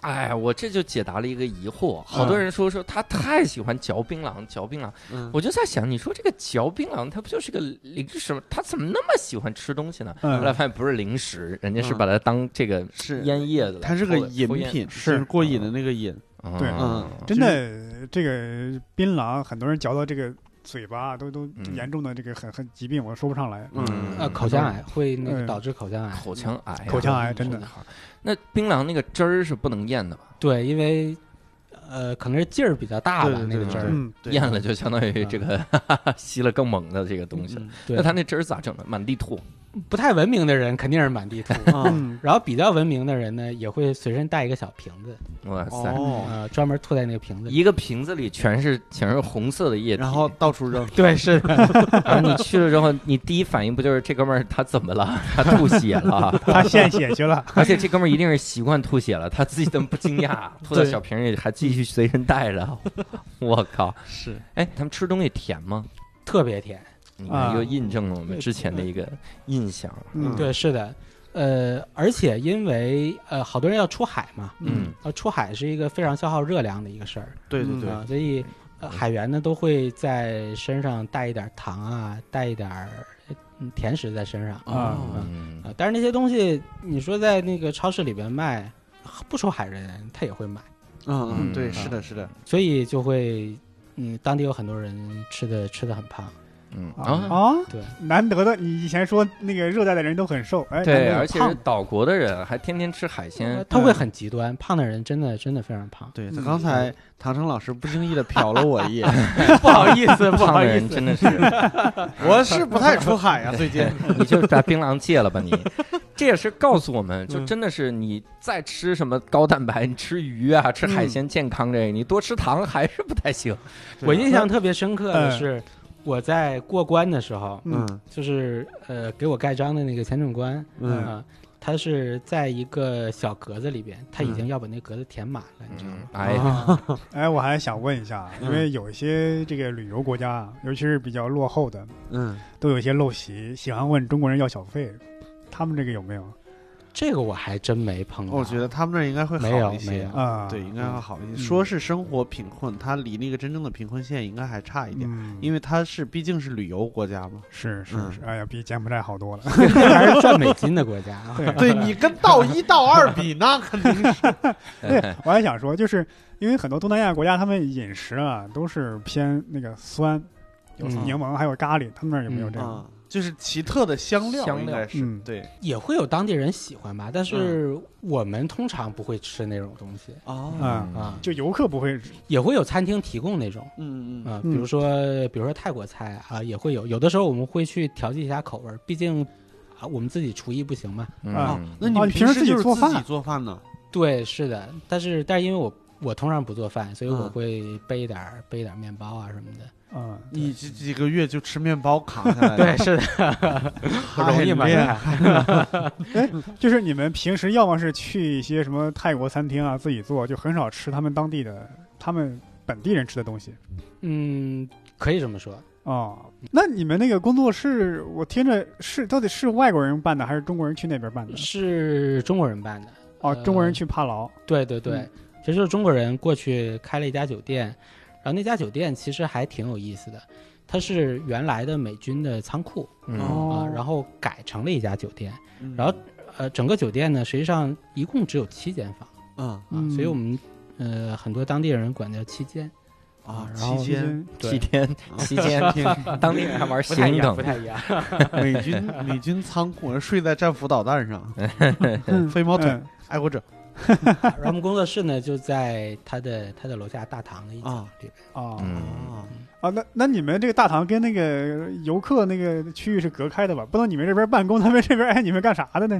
Speaker 1: 哎，我这就解答了一个疑惑。好多人说说他太喜欢嚼槟榔，嚼槟榔。
Speaker 3: 嗯，
Speaker 1: 我就在想，你说这个嚼槟榔，它不就是个零食吗？他怎么那么喜欢吃东西呢？
Speaker 2: 嗯
Speaker 1: 后来发现不是零食，人家是
Speaker 3: 嗯
Speaker 1: 把它当这个
Speaker 3: 是
Speaker 1: 烟叶子来抽的，
Speaker 3: 它是个饮
Speaker 1: 抽烟
Speaker 3: 品，
Speaker 2: 是
Speaker 3: 就是过瘾的那个瘾，
Speaker 1: 嗯
Speaker 2: 对
Speaker 3: 嗯
Speaker 2: 真的，这个槟榔很多人嚼到这个嘴巴啊都都
Speaker 1: 嗯
Speaker 2: 严重的这个很很疾病，我说不上来。
Speaker 3: 嗯
Speaker 4: 呃，口腔癌会那
Speaker 2: 嗯
Speaker 4: 个导致口腔癌。
Speaker 1: 口腔癌啊，
Speaker 2: 口腔癌真的
Speaker 1: 是。那槟榔那个汁儿是不能咽的吧？
Speaker 4: 对，因为呃，可能是劲儿比较大吧，
Speaker 3: 对
Speaker 4: 那
Speaker 3: 对
Speaker 4: 个
Speaker 3: 对
Speaker 4: 汁儿。
Speaker 2: 嗯，
Speaker 3: 对
Speaker 1: 咽了就相当于这个 吸了更猛的这个东西了。
Speaker 3: 嗯
Speaker 4: 对，
Speaker 1: 那他那汁儿咋整的？满地吐，
Speaker 4: 不太文明的人肯定是满地吐，
Speaker 3: 啊，
Speaker 2: 嗯，
Speaker 4: 然后比较文明的人呢，也会随身带一个小瓶子，
Speaker 1: 哇塞！
Speaker 3: 哦，
Speaker 4: 呃，专门吐在那个瓶子里。
Speaker 1: 一个瓶子里全是全是红色的液体，
Speaker 3: 然后到处扔，
Speaker 4: 对，是的，
Speaker 1: 然后你 去了之后，你第一反应不就是这哥们儿他怎么了？ 他吐血了，
Speaker 2: 他献血去了。
Speaker 1: 而且这哥们儿一定是习惯吐血了，他自己都不惊讶， 吐到
Speaker 3: 对
Speaker 1: 小瓶里还继续随身带着。我靠！
Speaker 3: 是，
Speaker 1: 哎，他们吃东西甜吗？
Speaker 4: 特别甜。
Speaker 1: 你
Speaker 2: 啊
Speaker 1: 看，又印证了我们之前的一个印象。
Speaker 2: 嗯，
Speaker 4: 对，是的，呃，而且因为呃，好多人要出海嘛，
Speaker 1: 嗯，
Speaker 4: 呃，出海是一个非常消耗热量的一个事儿
Speaker 3: 对对
Speaker 2: 嗯
Speaker 3: 对
Speaker 4: 啊、，所以、呃海员呢都会在身上带一点糖啊，带一点儿嗯甜食在身上啊、
Speaker 2: 啊
Speaker 1: 嗯
Speaker 4: 但是那些东西你说在那个超市里边卖，不愁海人他也会买，
Speaker 3: 嗯嗯，
Speaker 1: 嗯
Speaker 3: 对，
Speaker 1: 嗯
Speaker 3: 是的，是的，
Speaker 4: 所以就会嗯，当地有很多人吃的吃的很胖，
Speaker 1: 嗯啊，
Speaker 2: 啊，
Speaker 4: 对，
Speaker 2: 难得的，你以前说那个热带的人都很瘦，哎，
Speaker 1: 对，
Speaker 2: 难得有
Speaker 1: 而且
Speaker 2: 胖
Speaker 1: 是岛国的人还天天吃海鲜，
Speaker 4: 他
Speaker 3: 嗯
Speaker 4: 会很极端，胖的人真的真的非常胖。
Speaker 3: 对。
Speaker 2: 嗯
Speaker 3: 刚才唐生老师不经意的瞟了我一眼，
Speaker 4: 不好意思，不
Speaker 1: 胖
Speaker 4: 好
Speaker 1: 的
Speaker 4: 意
Speaker 1: 人
Speaker 4: 思，
Speaker 1: 真的是，
Speaker 3: 我是不太出海呀，最近。
Speaker 1: 你就把槟榔戒了吧 你。这也是告诉我们，就真的是你再吃什么高蛋白，你吃鱼啊，吃海鲜健康这个，你多吃糖还是不太行。
Speaker 3: 啊
Speaker 4: 我印象特别深刻的是，我在过关的时候，
Speaker 2: 嗯
Speaker 3: 嗯
Speaker 4: 就是呃给我盖章的那个签证官，
Speaker 3: 嗯
Speaker 4: 啊他是在一个小格子里边，
Speaker 3: 嗯
Speaker 4: 他已经要把那格子填满了，你知道
Speaker 1: 嗯
Speaker 4: 吗，？
Speaker 1: 哎，
Speaker 2: 哎，我还想问一下，因为有一些这个旅游国家啊，尤其是比较落后的，
Speaker 3: 嗯，
Speaker 2: 都有一些陋习，喜欢问中国人要小费，他们这个有没有
Speaker 4: 这个我还真没碰到。
Speaker 3: 我觉得他们那儿应该会
Speaker 4: 嗯没有
Speaker 3: 好一
Speaker 4: 没
Speaker 3: 些
Speaker 4: 有。
Speaker 2: 啊？
Speaker 3: 对，应该会好一
Speaker 2: 嗯
Speaker 3: 些。说是生活贫困，它离那个真正的贫困线应该还差一点，
Speaker 2: 嗯，
Speaker 3: 因
Speaker 2: 为
Speaker 3: 为它是毕竟是旅游国家嘛。
Speaker 2: 是是
Speaker 3: 嗯
Speaker 2: 是，哎呀，比柬埔寨好 多了。
Speaker 4: 还是赚美金的国家啊。
Speaker 2: 对
Speaker 3: 对你跟道一道二比，那肯定是。
Speaker 2: 对，我还想说，就是因为很多东南亚国家，他们饮食啊都是偏那个酸，有
Speaker 4: 嗯
Speaker 2: 柠檬，还有咖喱，他们那儿有没有这样？
Speaker 3: 嗯，就是奇特的香料，
Speaker 1: 香
Speaker 3: 应该
Speaker 1: 料
Speaker 3: 是
Speaker 2: 嗯
Speaker 3: 对
Speaker 4: 也会有当地人喜欢吧，但是我们通常不会吃那种东西
Speaker 3: 啊，
Speaker 1: 嗯
Speaker 2: 啊，
Speaker 4: 啊，
Speaker 2: 就游客不会
Speaker 4: 也会有餐厅提供那种。
Speaker 3: 嗯嗯
Speaker 4: 啊，比
Speaker 2: 嗯
Speaker 4: 如说，比如说泰国菜啊，也会有。有的时候我们会去调剂一下口味儿，毕竟啊，我们自己厨艺不行嘛。
Speaker 2: 啊
Speaker 1: 嗯，
Speaker 3: 那
Speaker 2: 哦
Speaker 3: 你
Speaker 2: 你平时
Speaker 3: 时
Speaker 2: 自己
Speaker 3: 就是
Speaker 2: 做
Speaker 3: 自己
Speaker 2: 饭
Speaker 3: 做饭呢？
Speaker 4: 对，是的。但是，但是因为我我通常不做饭，所以我
Speaker 3: 嗯
Speaker 4: 会备一点儿、备一点儿面包啊什么的。
Speaker 2: 啊，
Speaker 3: 你这几个月就吃面包扛下来，
Speaker 4: 对，， 是的，不容易嘛。
Speaker 3: 太厉
Speaker 4: 是
Speaker 3: 害
Speaker 4: 吧
Speaker 2: 就是你们平时要么是去一些什么泰国餐厅啊自己做，就很少吃他们当地的他们本地人吃的东西。
Speaker 4: 嗯，可以这么说。
Speaker 2: 哦，那你们那个工作室，我听着是到底是外国人办的还是中国人去那边办的？
Speaker 4: 是中国人办的。
Speaker 2: 哦，
Speaker 4: 呃
Speaker 2: 中国人去帕劳。
Speaker 4: 对对对
Speaker 2: 嗯，
Speaker 4: 其实就是中国人过去开了一家酒店，然后那家酒店其实还挺有意思的，它是原来的美军的仓库
Speaker 1: 嗯
Speaker 2: 哦
Speaker 4: 啊，然后改成了一家酒店。
Speaker 3: 嗯
Speaker 4: 然后呃，整个酒店呢，实际上一共只有七间房
Speaker 3: 嗯
Speaker 4: 啊，所以我们呃很多当地人管叫七间，
Speaker 3: 啊，
Speaker 4: 然
Speaker 3: 期
Speaker 4: 后
Speaker 3: 间
Speaker 1: 七天
Speaker 3: 啊
Speaker 1: 期 间，当地人还玩谐音梗，
Speaker 4: 太一样。
Speaker 3: 美军美军仓库睡在战斧导弹上，飞毛腿
Speaker 2: 嗯
Speaker 3: 爱国者
Speaker 4: 然后我们工作室呢就在它的它的楼下大堂的一角
Speaker 3: 啊
Speaker 4: 里边，
Speaker 2: 哦
Speaker 1: 嗯，
Speaker 2: 啊，那那你们这个大堂跟那个游客那个区域是隔开的吧？不能你们这边办公，他们这边哎，你们干啥的呢？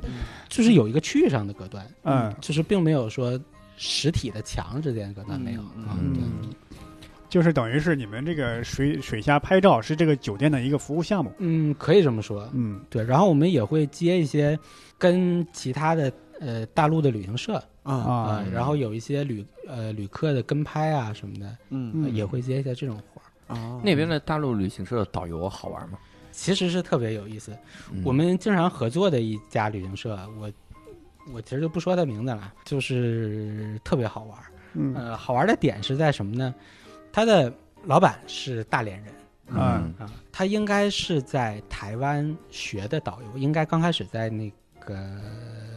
Speaker 4: 就是有一个区域上的隔断，
Speaker 2: 嗯
Speaker 4: 就是并没有说实体的墙之间的隔断没有
Speaker 3: 嗯
Speaker 4: 啊，
Speaker 1: 嗯
Speaker 4: 对。
Speaker 2: 嗯，就是等于是你们这个水水下拍照是这个酒店的一个服务项目。
Speaker 4: 嗯，可以这么说，
Speaker 2: 嗯
Speaker 4: 对。然后我们也会接一些跟其他的呃大陆的旅行社
Speaker 3: 啊
Speaker 4: 啊、
Speaker 2: 啊，
Speaker 4: 然后有一些旅呃旅客的跟拍啊什么的，
Speaker 3: 嗯
Speaker 4: 呃
Speaker 2: 嗯
Speaker 4: 也会接一些这种活儿，
Speaker 3: 啊
Speaker 1: 那边的大陆旅行社的导游好玩吗？
Speaker 4: 其实是特别有意思。
Speaker 1: 嗯
Speaker 4: 我们经常合作的一家旅行社，我我其实就不说他名字了，就是特别好玩儿。
Speaker 2: 嗯
Speaker 4: 呃，好玩儿的点是在什么呢？他的老板是大连人
Speaker 1: 嗯
Speaker 4: 啊，他应该是在台湾学的导游，应该刚开始在那个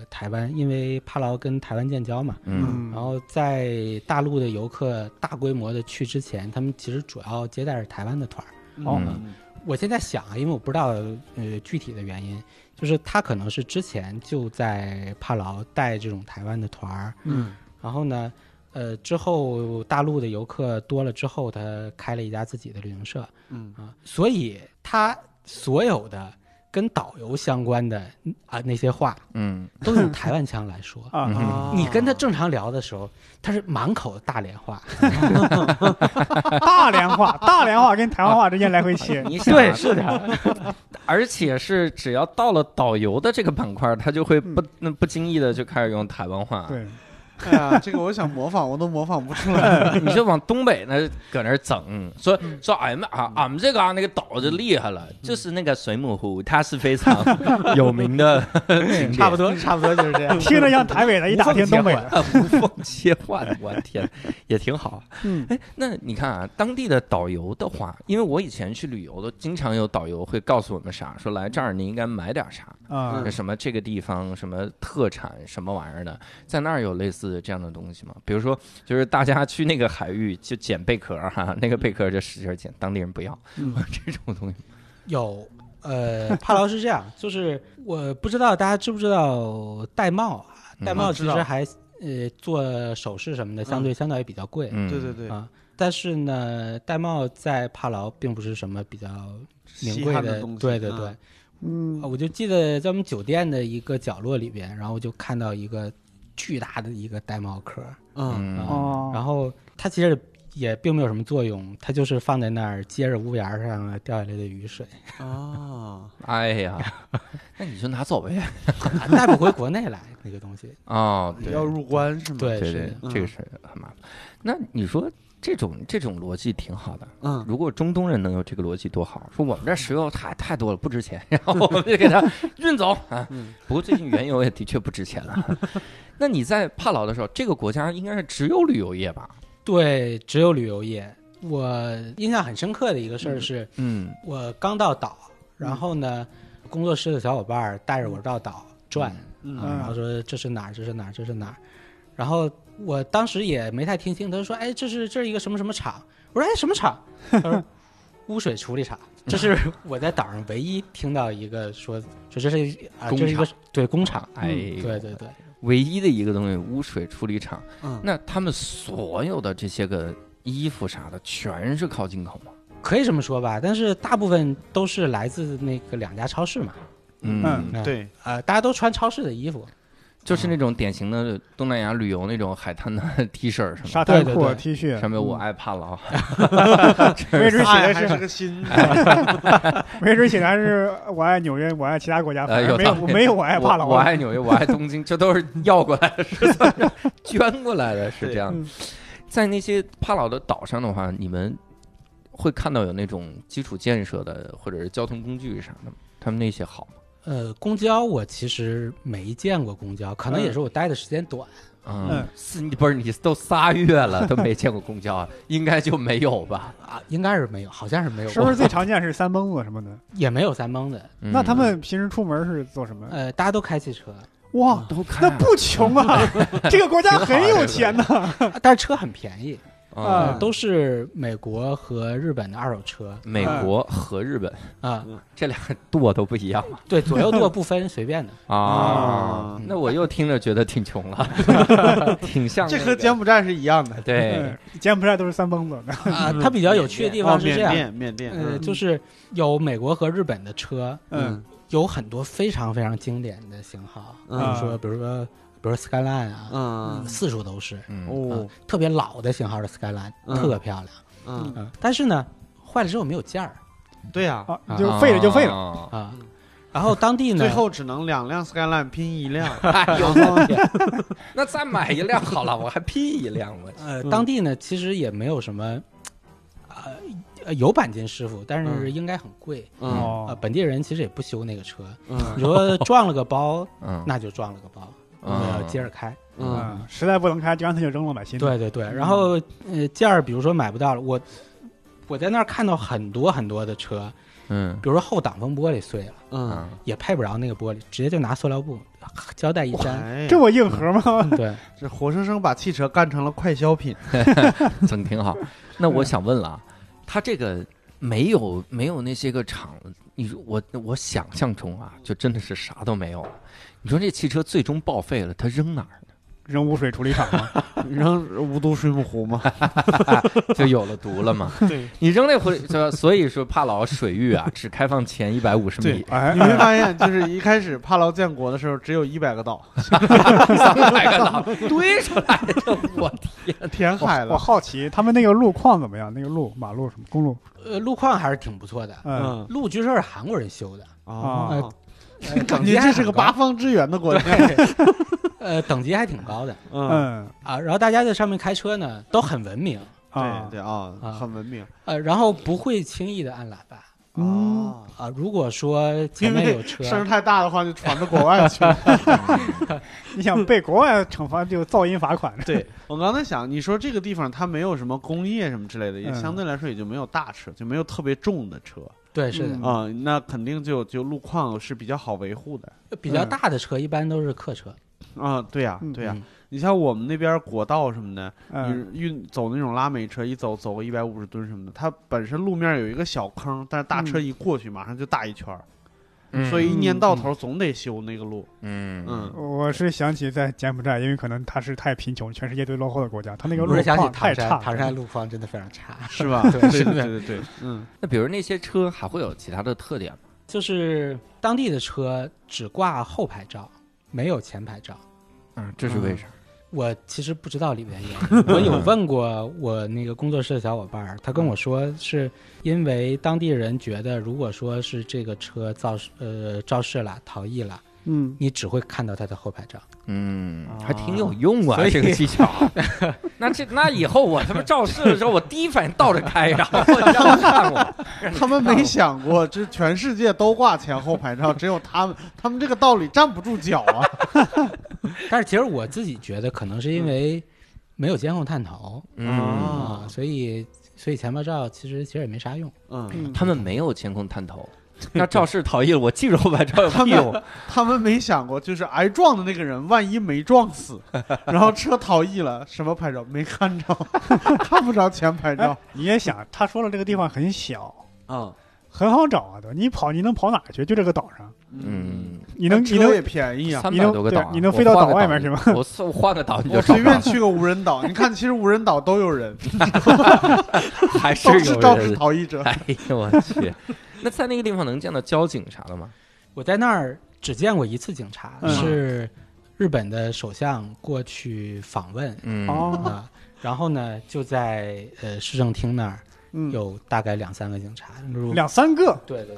Speaker 4: 台湾，因为帕劳跟台湾建交嘛，
Speaker 1: 嗯
Speaker 2: 嗯
Speaker 4: 然后在大陆的游客大规模的去之前，他们其实主要接待是台湾的团儿。
Speaker 2: 哦。
Speaker 3: 嗯
Speaker 4: 我现在想啊，因为我不知道呃具体的原因，就是他可能是之前就在帕劳带这种台湾的团儿，
Speaker 3: 嗯
Speaker 4: 然后呢，呃之后大陆的游客多了之后，他开了一家自己的旅行社
Speaker 3: 嗯
Speaker 4: 啊，所以他所有的跟导游相关的嗯啊那些 话
Speaker 1: 嗯
Speaker 4: 都用台湾腔来说
Speaker 2: 啊
Speaker 1: 嗯
Speaker 3: 啊
Speaker 4: 你跟他正常聊的时候，他是满口大连话，
Speaker 2: 大连话，大连话跟台湾话之间来回 切。
Speaker 1: 你想啊
Speaker 4: 对，是的，
Speaker 1: 而且是只
Speaker 4: 嗯
Speaker 1: 要到了导游的这个板块，他就会不那不经意的就开始用台湾话。
Speaker 2: 对，
Speaker 3: 哎呀，这个我想模仿，我都模仿不出来。
Speaker 1: 你就往东北那搁那儿整，说
Speaker 4: 嗯
Speaker 1: 说俺们啊，俺们这嘎那个岛就厉害了，就是那个水母湖，它是非常 有名的景点，
Speaker 4: 嗯差不多，差不多就是这样。
Speaker 2: 听着像台北的，一打听东北的。
Speaker 1: 啊，无缝切换，我天，也挺好。
Speaker 2: 嗯
Speaker 1: 哎，那你看啊，当地的导游的话，因为我以前去旅游都经常有导游会告诉我们啥，说来这儿你应该买点啥，
Speaker 2: 啊
Speaker 3: 嗯，
Speaker 1: 什么这个地方什么特产什么玩意儿的，在那儿有类似这样的东西吗？比如说，就是大家去那个海域就捡贝壳儿哈、那个贝壳儿就使劲儿捡，当地人不要、
Speaker 2: 嗯
Speaker 1: 这种东西。
Speaker 4: 有，呃，帕劳是这样，就是我不知道大家知不知道玳瑁啊，
Speaker 1: 嗯
Speaker 4: 玳瑁其
Speaker 3: 知
Speaker 4: 实
Speaker 3: 道
Speaker 4: 还呃做首饰什么的，相对相对也比较贵。
Speaker 1: 嗯，
Speaker 3: 对对对，
Speaker 4: 啊，但是呢，玳瑁在帕劳并不是什么比较名
Speaker 3: 稀
Speaker 4: 贵
Speaker 3: 罕
Speaker 4: 的
Speaker 3: 东西，
Speaker 4: 对对
Speaker 3: 嗯
Speaker 4: 对。
Speaker 2: 嗯
Speaker 4: 啊，我就记得在我们酒店的一个角落里边，然后我就看到一个巨大的一个玳瑁壳，
Speaker 3: 嗯，
Speaker 1: 嗯，
Speaker 2: 哦，
Speaker 4: 然后它其实也并没有什么作用，它就是放在那儿接着屋檐上啊掉下来的雨水，
Speaker 3: 哦，
Speaker 1: 哎 呀，那你就拿走呗。
Speaker 4: 啊带不回国内来那个 东西。
Speaker 1: 哦，对
Speaker 3: 要入关是吗？，
Speaker 4: 对，
Speaker 1: 对
Speaker 4: 是
Speaker 1: 对
Speaker 4: 的，
Speaker 3: 嗯
Speaker 1: 这个是很麻烦。那你说这种这种逻辑挺好的，
Speaker 3: 嗯，
Speaker 1: 如果中东人能有这个逻辑多好！说我们这石油太太多了，不值钱，然后我们就给它运走啊
Speaker 3: 嗯。
Speaker 1: 不过最近原油也的确不值钱了。 那你在帕劳的时候，这个国家应该是只有旅游业吧？
Speaker 4: 对，只有旅游业。我印象很深刻的一个事儿是，
Speaker 1: 嗯
Speaker 4: 我刚到岛，然后呢，工作室的小伙伴儿带着我绕岛转，啊，
Speaker 2: 嗯
Speaker 4: 然后说这是哪儿，这是哪儿，这是哪儿，然后我当时也没太听清，他就说，哎，这是这是一个什么什么厂，我说，哎，什么厂？他说污水处理厂，这是我在岛上唯一听到一个说说这是一啊，
Speaker 1: 工
Speaker 4: 这是一个对工厂，
Speaker 1: 哎呦，
Speaker 4: 对对对，
Speaker 1: 唯一的一个东西，污水处理厂。
Speaker 3: 嗯
Speaker 1: 那他们所有的这些个衣服啥的，全是靠进口吗？
Speaker 4: 可以这么说吧，但是大部分都是来自那个两家超市嘛，
Speaker 1: 嗯，
Speaker 4: 嗯
Speaker 3: 对，
Speaker 4: 啊，大家都穿超市的衣服，
Speaker 1: 就是那种典型的东南亚旅游那种海滩的 T 恤什么
Speaker 2: 沙滩嗯
Speaker 4: 对对
Speaker 2: 裤、啊
Speaker 4: 对
Speaker 2: T 恤嗯
Speaker 1: 的，，上面我啊哎爱帕劳。
Speaker 2: 没准写
Speaker 3: 爱
Speaker 2: 的
Speaker 3: 还是
Speaker 2: 是，
Speaker 3: 个心，
Speaker 2: 没准写的还是我爱纽约，我爱其他国家，
Speaker 1: 哎
Speaker 2: 啊反正
Speaker 1: 有
Speaker 2: 没
Speaker 1: 道
Speaker 2: 有
Speaker 1: 理
Speaker 2: 没有我爱帕劳，
Speaker 1: 我，我爱纽约，我爱东京，这都是要过来的，是怎么着捐过来的，是这样
Speaker 2: 嗯。
Speaker 1: 在那些帕劳的岛上的话，你们会看到有那种基础建设的或者是交通工具啥的吗？他们那些好吗？
Speaker 4: 呃，公交我其实没见过公交，可能也
Speaker 2: 嗯
Speaker 4: 是我待的时间短。
Speaker 1: 嗯
Speaker 2: 嗯，
Speaker 1: 是你不是你都仨月了都没见过公交，啊应该就没有吧？
Speaker 4: 啊，应该是没有，好像是没有，
Speaker 2: 是不是最常见是三蹦子什么的？
Speaker 4: 也没有三蹦子，
Speaker 1: 嗯
Speaker 2: 那他们平时出门是做什么？
Speaker 4: 呃，大家都开汽车，
Speaker 2: 哇，
Speaker 1: 哎都开
Speaker 2: 那
Speaker 1: 啊
Speaker 2: 不 穷啊，这个国家很有钱呐。
Speaker 4: 啊但是车很便宜，呃
Speaker 2: 啊
Speaker 1: 嗯
Speaker 4: 都是美国和日本的二手车
Speaker 1: 美国和日本
Speaker 4: 啊，
Speaker 1: 这俩 舵都不一样嘛
Speaker 4: 对，左右舵不分，随便的。
Speaker 1: 啊
Speaker 3: 啊！
Speaker 2: 嗯
Speaker 1: 那我又听着觉得挺穷了， 挺像
Speaker 3: 这
Speaker 1: 那
Speaker 3: 和
Speaker 1: 个
Speaker 3: 柬埔寨是一样的。
Speaker 1: 对
Speaker 2: 嗯，柬埔寨都是三蹦子的。
Speaker 4: 啊，它比较有趣的地方
Speaker 3: 哦
Speaker 4: 是这
Speaker 3: 缅
Speaker 4: 样，
Speaker 3: 甸，缅甸，
Speaker 4: 呃，
Speaker 3: 嗯
Speaker 4: 就是有美国和日本的车，
Speaker 2: 嗯，
Speaker 4: 有很多非常非常经典的型号，比如
Speaker 3: 嗯
Speaker 4: 说，比如说，比如说 Skyline 啊，
Speaker 3: 嗯
Speaker 4: 四处都是，
Speaker 1: 嗯
Speaker 3: 哦
Speaker 4: 啊，特别老的型号的 Skyline，
Speaker 3: 嗯
Speaker 4: 特漂亮，
Speaker 3: 嗯，
Speaker 4: 嗯，但是呢，坏了之后没有件儿
Speaker 3: 对呀，
Speaker 2: 啊， 就废了就废了。
Speaker 1: 了。
Speaker 4: 啊，然后当地呢，
Speaker 3: 最后只能两辆 Skyline 拼一辆，
Speaker 1: 哎呦
Speaker 3: 然后
Speaker 1: 那再买一辆好了，我还拼一辆我。
Speaker 4: 呃，
Speaker 3: 嗯
Speaker 4: 当地呢其实也没有什么，呃呃，有钣金师傅，但是应该很贵。
Speaker 3: 嗯
Speaker 4: 呃，
Speaker 1: 啊
Speaker 2: 哦，
Speaker 4: 本地人其实也不修那个 车。
Speaker 3: 嗯
Speaker 4: 你说撞了个包，
Speaker 1: 嗯
Speaker 4: 那就撞了个包，
Speaker 1: 啊
Speaker 4: 呃，接着开。
Speaker 3: 嗯，
Speaker 2: 嗯，实在不能开，就让他就扔了，买新的。
Speaker 4: 对对对，然后呃，件儿比如说买不到了，我我在那儿看到很多很多的车，
Speaker 1: 嗯
Speaker 4: 比如说后挡风玻璃碎了，
Speaker 3: 嗯，
Speaker 1: 嗯，
Speaker 4: 也配不着那个玻璃，直接就拿塑料布胶带一粘。
Speaker 3: 哎呀
Speaker 2: 这么硬核 吗？
Speaker 4: 对，
Speaker 3: 这活生生把汽车干成了快消品。
Speaker 1: 整挺 好。那我想问了啊，他这个没有没有那些个厂，你说我我想象中啊，就真的是啥都没有了。你说这汽车最终报废了，它扔哪儿呢？
Speaker 2: 扔污水处理厂吗？
Speaker 3: 扔无毒水母湖嘛，
Speaker 1: 就有了毒了吗？
Speaker 3: 对，
Speaker 1: 你扔那回，就所以说帕劳水域啊，只开放前一百五十米，
Speaker 2: 哎，
Speaker 3: 你会
Speaker 2: 哎
Speaker 3: 发现，就是一开始帕劳建国的时候，只有一百个岛，
Speaker 1: 三百个岛堆出来的，我天！
Speaker 3: 填
Speaker 2: 我
Speaker 3: 海
Speaker 2: 我
Speaker 3: 了。
Speaker 2: 好奇他们那个路况怎么样？那个路、马路什么公路？
Speaker 4: 呃，路况还是挺不错的，
Speaker 2: 嗯，
Speaker 4: 路据说是韩国人修的，
Speaker 3: 啊
Speaker 4: 呃，
Speaker 3: 感觉这是个八方支援的国家。
Speaker 4: 呃，等级还挺高的
Speaker 3: 嗯，
Speaker 2: 嗯
Speaker 4: 啊。然后大家在上面开车呢，都很文明，
Speaker 2: 啊
Speaker 3: 对，对啊，
Speaker 4: 啊
Speaker 3: 很文明。
Speaker 4: 呃，然后不会轻易的按喇叭
Speaker 2: 嗯
Speaker 3: 啊，
Speaker 4: 啊。如果说前
Speaker 3: 因
Speaker 4: 面
Speaker 3: 为
Speaker 4: 有车，
Speaker 3: 声儿太大的话，就传 到国外去了。
Speaker 2: 你想被国外惩罚就噪音罚款，
Speaker 3: 对我刚才想，你说这个地方它没有什么工业什么之类的，也相对来说也就没有大车，就没有特别重的车
Speaker 4: 对，是的，
Speaker 2: 嗯
Speaker 3: 啊、那肯定就就路况是比较好维护的
Speaker 4: 比较
Speaker 2: 嗯
Speaker 4: 大的车一般都是客车，
Speaker 3: 啊、对呀、
Speaker 2: 嗯
Speaker 3: 对呀、
Speaker 4: 嗯
Speaker 3: 你像我们那边国道什么的，
Speaker 2: 嗯
Speaker 3: 你运走那种拉美车，一走走个一百五十吨什么的，它本身路面有一个小坑，但是大车一过去，马上就大一圈儿、
Speaker 4: 嗯
Speaker 3: 所以一年到头总得修那个路。
Speaker 1: 嗯
Speaker 3: 嗯
Speaker 2: 我是想起在柬埔寨，因为可能它是太贫穷，全世界最落后的国家，它那个
Speaker 4: 不
Speaker 2: 路
Speaker 4: 是想起
Speaker 2: 况
Speaker 4: 唐
Speaker 2: 太
Speaker 4: 山，
Speaker 2: 差
Speaker 4: 唐
Speaker 2: 了。
Speaker 4: 山路况真的非常差。
Speaker 3: 是吧？
Speaker 4: 对
Speaker 3: 对对
Speaker 4: 是的
Speaker 3: 对对对，嗯，
Speaker 1: 那比如那些车还会有其他的特点吗？
Speaker 4: 就是当地的车只挂后排照，没有前排照。
Speaker 1: 嗯，这是为啥？
Speaker 4: 我其实不知道里面原因，我
Speaker 2: 嗯
Speaker 4: 有问过我那个工作室的小伙伴儿，他跟我说是因为当地人觉得，如果说是这个车肇事呃肇事了、逃逸了，
Speaker 2: 嗯，
Speaker 4: 你只会看到他的后排照。
Speaker 1: 嗯
Speaker 3: 啊，
Speaker 1: 还挺有用啊
Speaker 4: 所，以
Speaker 1: 这个技巧。 那这那以后我他妈肇事的时候，我第一反应倒着开，然 后让他看我。
Speaker 3: 他们没想过，这全世界都挂前后牌照，只有他们，他们这个道理站不住脚啊。
Speaker 4: 但是其实我自己觉得，可能是
Speaker 2: 嗯
Speaker 4: 因为没有监控探头
Speaker 1: 嗯，
Speaker 3: 啊
Speaker 4: 啊，所以所以前排照其实其实也没啥用。
Speaker 3: 嗯，
Speaker 1: 他们没有监控探 头，那肇事逃逸了，我记着后排照有屁
Speaker 4: 哎
Speaker 1: 用？
Speaker 3: 他们没想过，就是挨撞的那个人，万一没撞 死，然后车逃逸了，什么牌照没看着， 看不着前牌照
Speaker 2: 哎，你也想，他说了这个地方很小，
Speaker 4: 哦
Speaker 3: 啊。
Speaker 2: 很好找啊，都你跑你能跑哪儿去？就这个岛上，
Speaker 1: 嗯，
Speaker 2: 你能你
Speaker 3: 车也
Speaker 2: 能
Speaker 3: 便宜啊，
Speaker 1: 三
Speaker 2: 你
Speaker 1: 百
Speaker 2: 能
Speaker 1: 多个
Speaker 2: 对
Speaker 1: 岛，
Speaker 2: 你能飞到岛外面去吗？
Speaker 1: 我换个岛我换个岛你
Speaker 3: 我
Speaker 1: 就找不
Speaker 3: 随便
Speaker 1: 到，
Speaker 3: 去个无人岛，你看，其实无人岛都有 人，
Speaker 1: 还是
Speaker 3: 都是
Speaker 1: 有
Speaker 3: 肇
Speaker 1: 人
Speaker 3: 事逃逸者。
Speaker 1: 哎呦我去！ 那在那个地方能见到交警啥的吗？
Speaker 4: 我在那儿只见过一次警察，
Speaker 2: 嗯
Speaker 4: 是日本的首相过去访问
Speaker 1: 嗯
Speaker 4: 啊、
Speaker 2: 哦，
Speaker 4: 然后呢就在呃市政厅那儿
Speaker 2: 嗯，
Speaker 4: 有大概两三个警察，如
Speaker 2: 两三个，
Speaker 4: 对对对，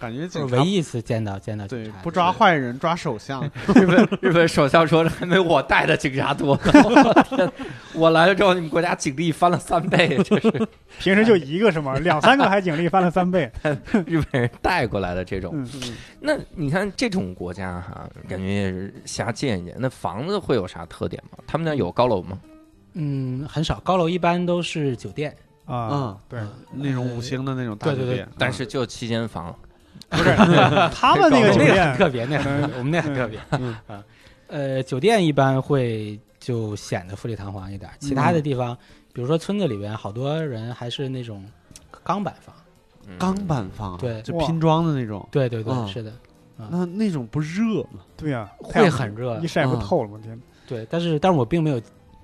Speaker 3: 感觉
Speaker 4: 就
Speaker 3: 警
Speaker 4: 是
Speaker 3: 察
Speaker 4: 唯一一次见到见到警
Speaker 3: 对
Speaker 4: 察，
Speaker 3: 不抓坏人，抓首 相。
Speaker 1: 日本日本首相说还没我带的警察多呢。 我天，我来了之后，你们国家警力翻了三倍，这是
Speaker 2: 平时就一个是吗？两三个还警力翻了三倍，
Speaker 1: 日本人带过来的这种。
Speaker 2: 嗯
Speaker 1: 那你看这种国家哈、感觉也是瞎见一见。那房子会有啥特点吗？他们那有高楼吗？
Speaker 4: 嗯，很少，高楼一般都是酒店，
Speaker 2: 啊，
Speaker 3: 嗯，
Speaker 2: 对，
Speaker 3: 那种五星的那种大
Speaker 4: 对对
Speaker 3: 酒
Speaker 4: 对
Speaker 3: 店，
Speaker 1: 但是就七间房，
Speaker 2: 不是他们那 个酒
Speaker 4: 那个很
Speaker 2: 店，
Speaker 4: 特别，那个很 特别我们那很特别
Speaker 3: 嗯
Speaker 4: 啊，呃，酒店一般会就显得富丽堂皇一点，其他的地方，比如说村子里边，好多人还是那种钢板房，
Speaker 1: 嗯
Speaker 3: 钢板房啊，
Speaker 4: 对
Speaker 3: 就
Speaker 2: 哇
Speaker 3: 拼装的那种。
Speaker 4: 对对对，
Speaker 3: 嗯
Speaker 4: 是的，啊
Speaker 3: 那那种不热吗？
Speaker 2: 对呀，太
Speaker 4: 会
Speaker 2: 阳
Speaker 4: 很热
Speaker 2: 一，晒不
Speaker 3: 嗯
Speaker 2: 透了，我天，
Speaker 4: 对，但是但是我并没有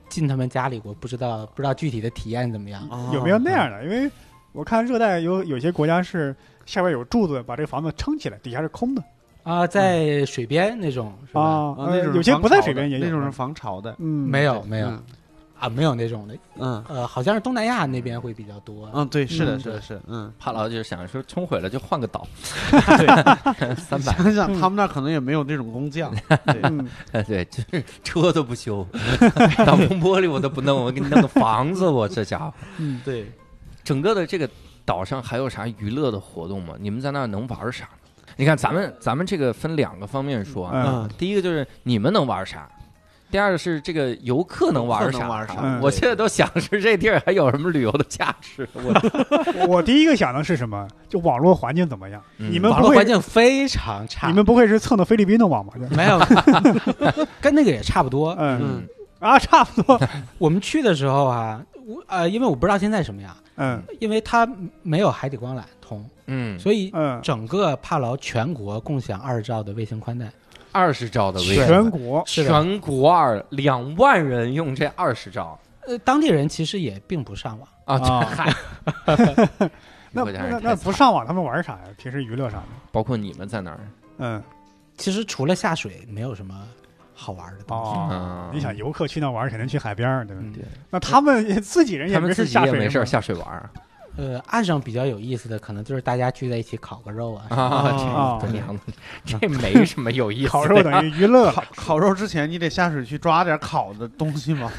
Speaker 4: 进他们家里过，不知道不知道具体的体验怎么样。
Speaker 3: 嗯
Speaker 1: 啊
Speaker 2: 有没有那样的？因为我看热带有有些国家是下边有柱子把这个房子撑起来，底下是空的
Speaker 4: 啊，在水边那种是吧？
Speaker 2: 啊
Speaker 3: 啊，
Speaker 2: 呃
Speaker 3: 那种
Speaker 2: 有些不在水边也有啊
Speaker 3: 那种是防潮的，
Speaker 2: 嗯，
Speaker 4: 没有没有
Speaker 3: 嗯
Speaker 4: 啊，没有那种的，
Speaker 3: 嗯
Speaker 4: 呃，好像是东南亚那边会比较多。
Speaker 3: 嗯，对，是的，
Speaker 2: 嗯
Speaker 3: 是的，是的，嗯。
Speaker 1: 帕劳就是想说冲毁了就换个 岛，三百
Speaker 3: 想想他们那儿可能也没有这种工匠，对，
Speaker 2: 嗯，
Speaker 1: 哎对，就是车都不修， 挡风玻璃我都不弄，我给你弄个房子，我这家伙。
Speaker 2: 嗯，
Speaker 3: 对，
Speaker 1: 整个的这个岛上还有啥娱乐的活动吗？你们在那儿能玩啥？你看咱们咱们这个分两个方面说啊，
Speaker 3: 嗯
Speaker 1: 第一个就是你们能玩啥，第二个是这个游客能玩
Speaker 3: 游客
Speaker 1: 啥。
Speaker 3: 能玩啥
Speaker 1: 啊我现在都想是这地儿还有什么旅游的价值？我
Speaker 2: 我第一个想的是什么？就网络环境怎么样？
Speaker 1: 嗯
Speaker 2: 你 们
Speaker 4: 网
Speaker 2: 不
Speaker 4: 络
Speaker 2: 会
Speaker 4: 环境非常差，
Speaker 2: 你们不会是蹭的菲律宾的网吧？
Speaker 4: 没有， 跟那个也差不多。
Speaker 2: 嗯
Speaker 3: 嗯，
Speaker 2: 啊，差不多，
Speaker 4: 我们去的时候啊，我呃，因为我不知道现在什么样，
Speaker 2: 嗯
Speaker 4: 因为它没有海底光缆通，
Speaker 1: 嗯，
Speaker 4: 所以
Speaker 2: 嗯，
Speaker 4: 整个帕劳全国共享二十兆的卫星宽带。
Speaker 1: 二十兆的微
Speaker 2: 全国
Speaker 4: 是的
Speaker 1: 全国二两万人用这二十兆
Speaker 4: 呃，当地人其实也并不上网。
Speaker 1: 啊，这
Speaker 2: 啊
Speaker 1: 嗨，
Speaker 2: 那
Speaker 1: 有点
Speaker 2: 那
Speaker 1: 太
Speaker 2: 那不上网，他们玩啥呀？平时娱乐啥的？
Speaker 1: 包括你们在哪儿？
Speaker 2: 嗯
Speaker 4: 其实除了下水，没有什么好玩的东西。
Speaker 2: 哦
Speaker 1: 嗯，
Speaker 2: 你想游客去那玩，肯定去海边儿，对吧？
Speaker 4: 嗯
Speaker 1: 对
Speaker 2: 那他们自己人也
Speaker 1: 他们
Speaker 2: 没事
Speaker 1: 自己
Speaker 2: 下
Speaker 1: 也
Speaker 2: 水
Speaker 1: 没事
Speaker 2: 是
Speaker 1: 儿
Speaker 2: 吗
Speaker 1: 下水玩儿，
Speaker 4: 呃，岸上比较有意思的，可能就是大家聚在一起烤个肉啊，
Speaker 1: 啊，
Speaker 2: 哦
Speaker 1: 这娘的，这没什么有意思的。
Speaker 2: 烤肉等于娱乐，
Speaker 3: 烤烤肉之前，你得下水去抓点烤的东 西嘛。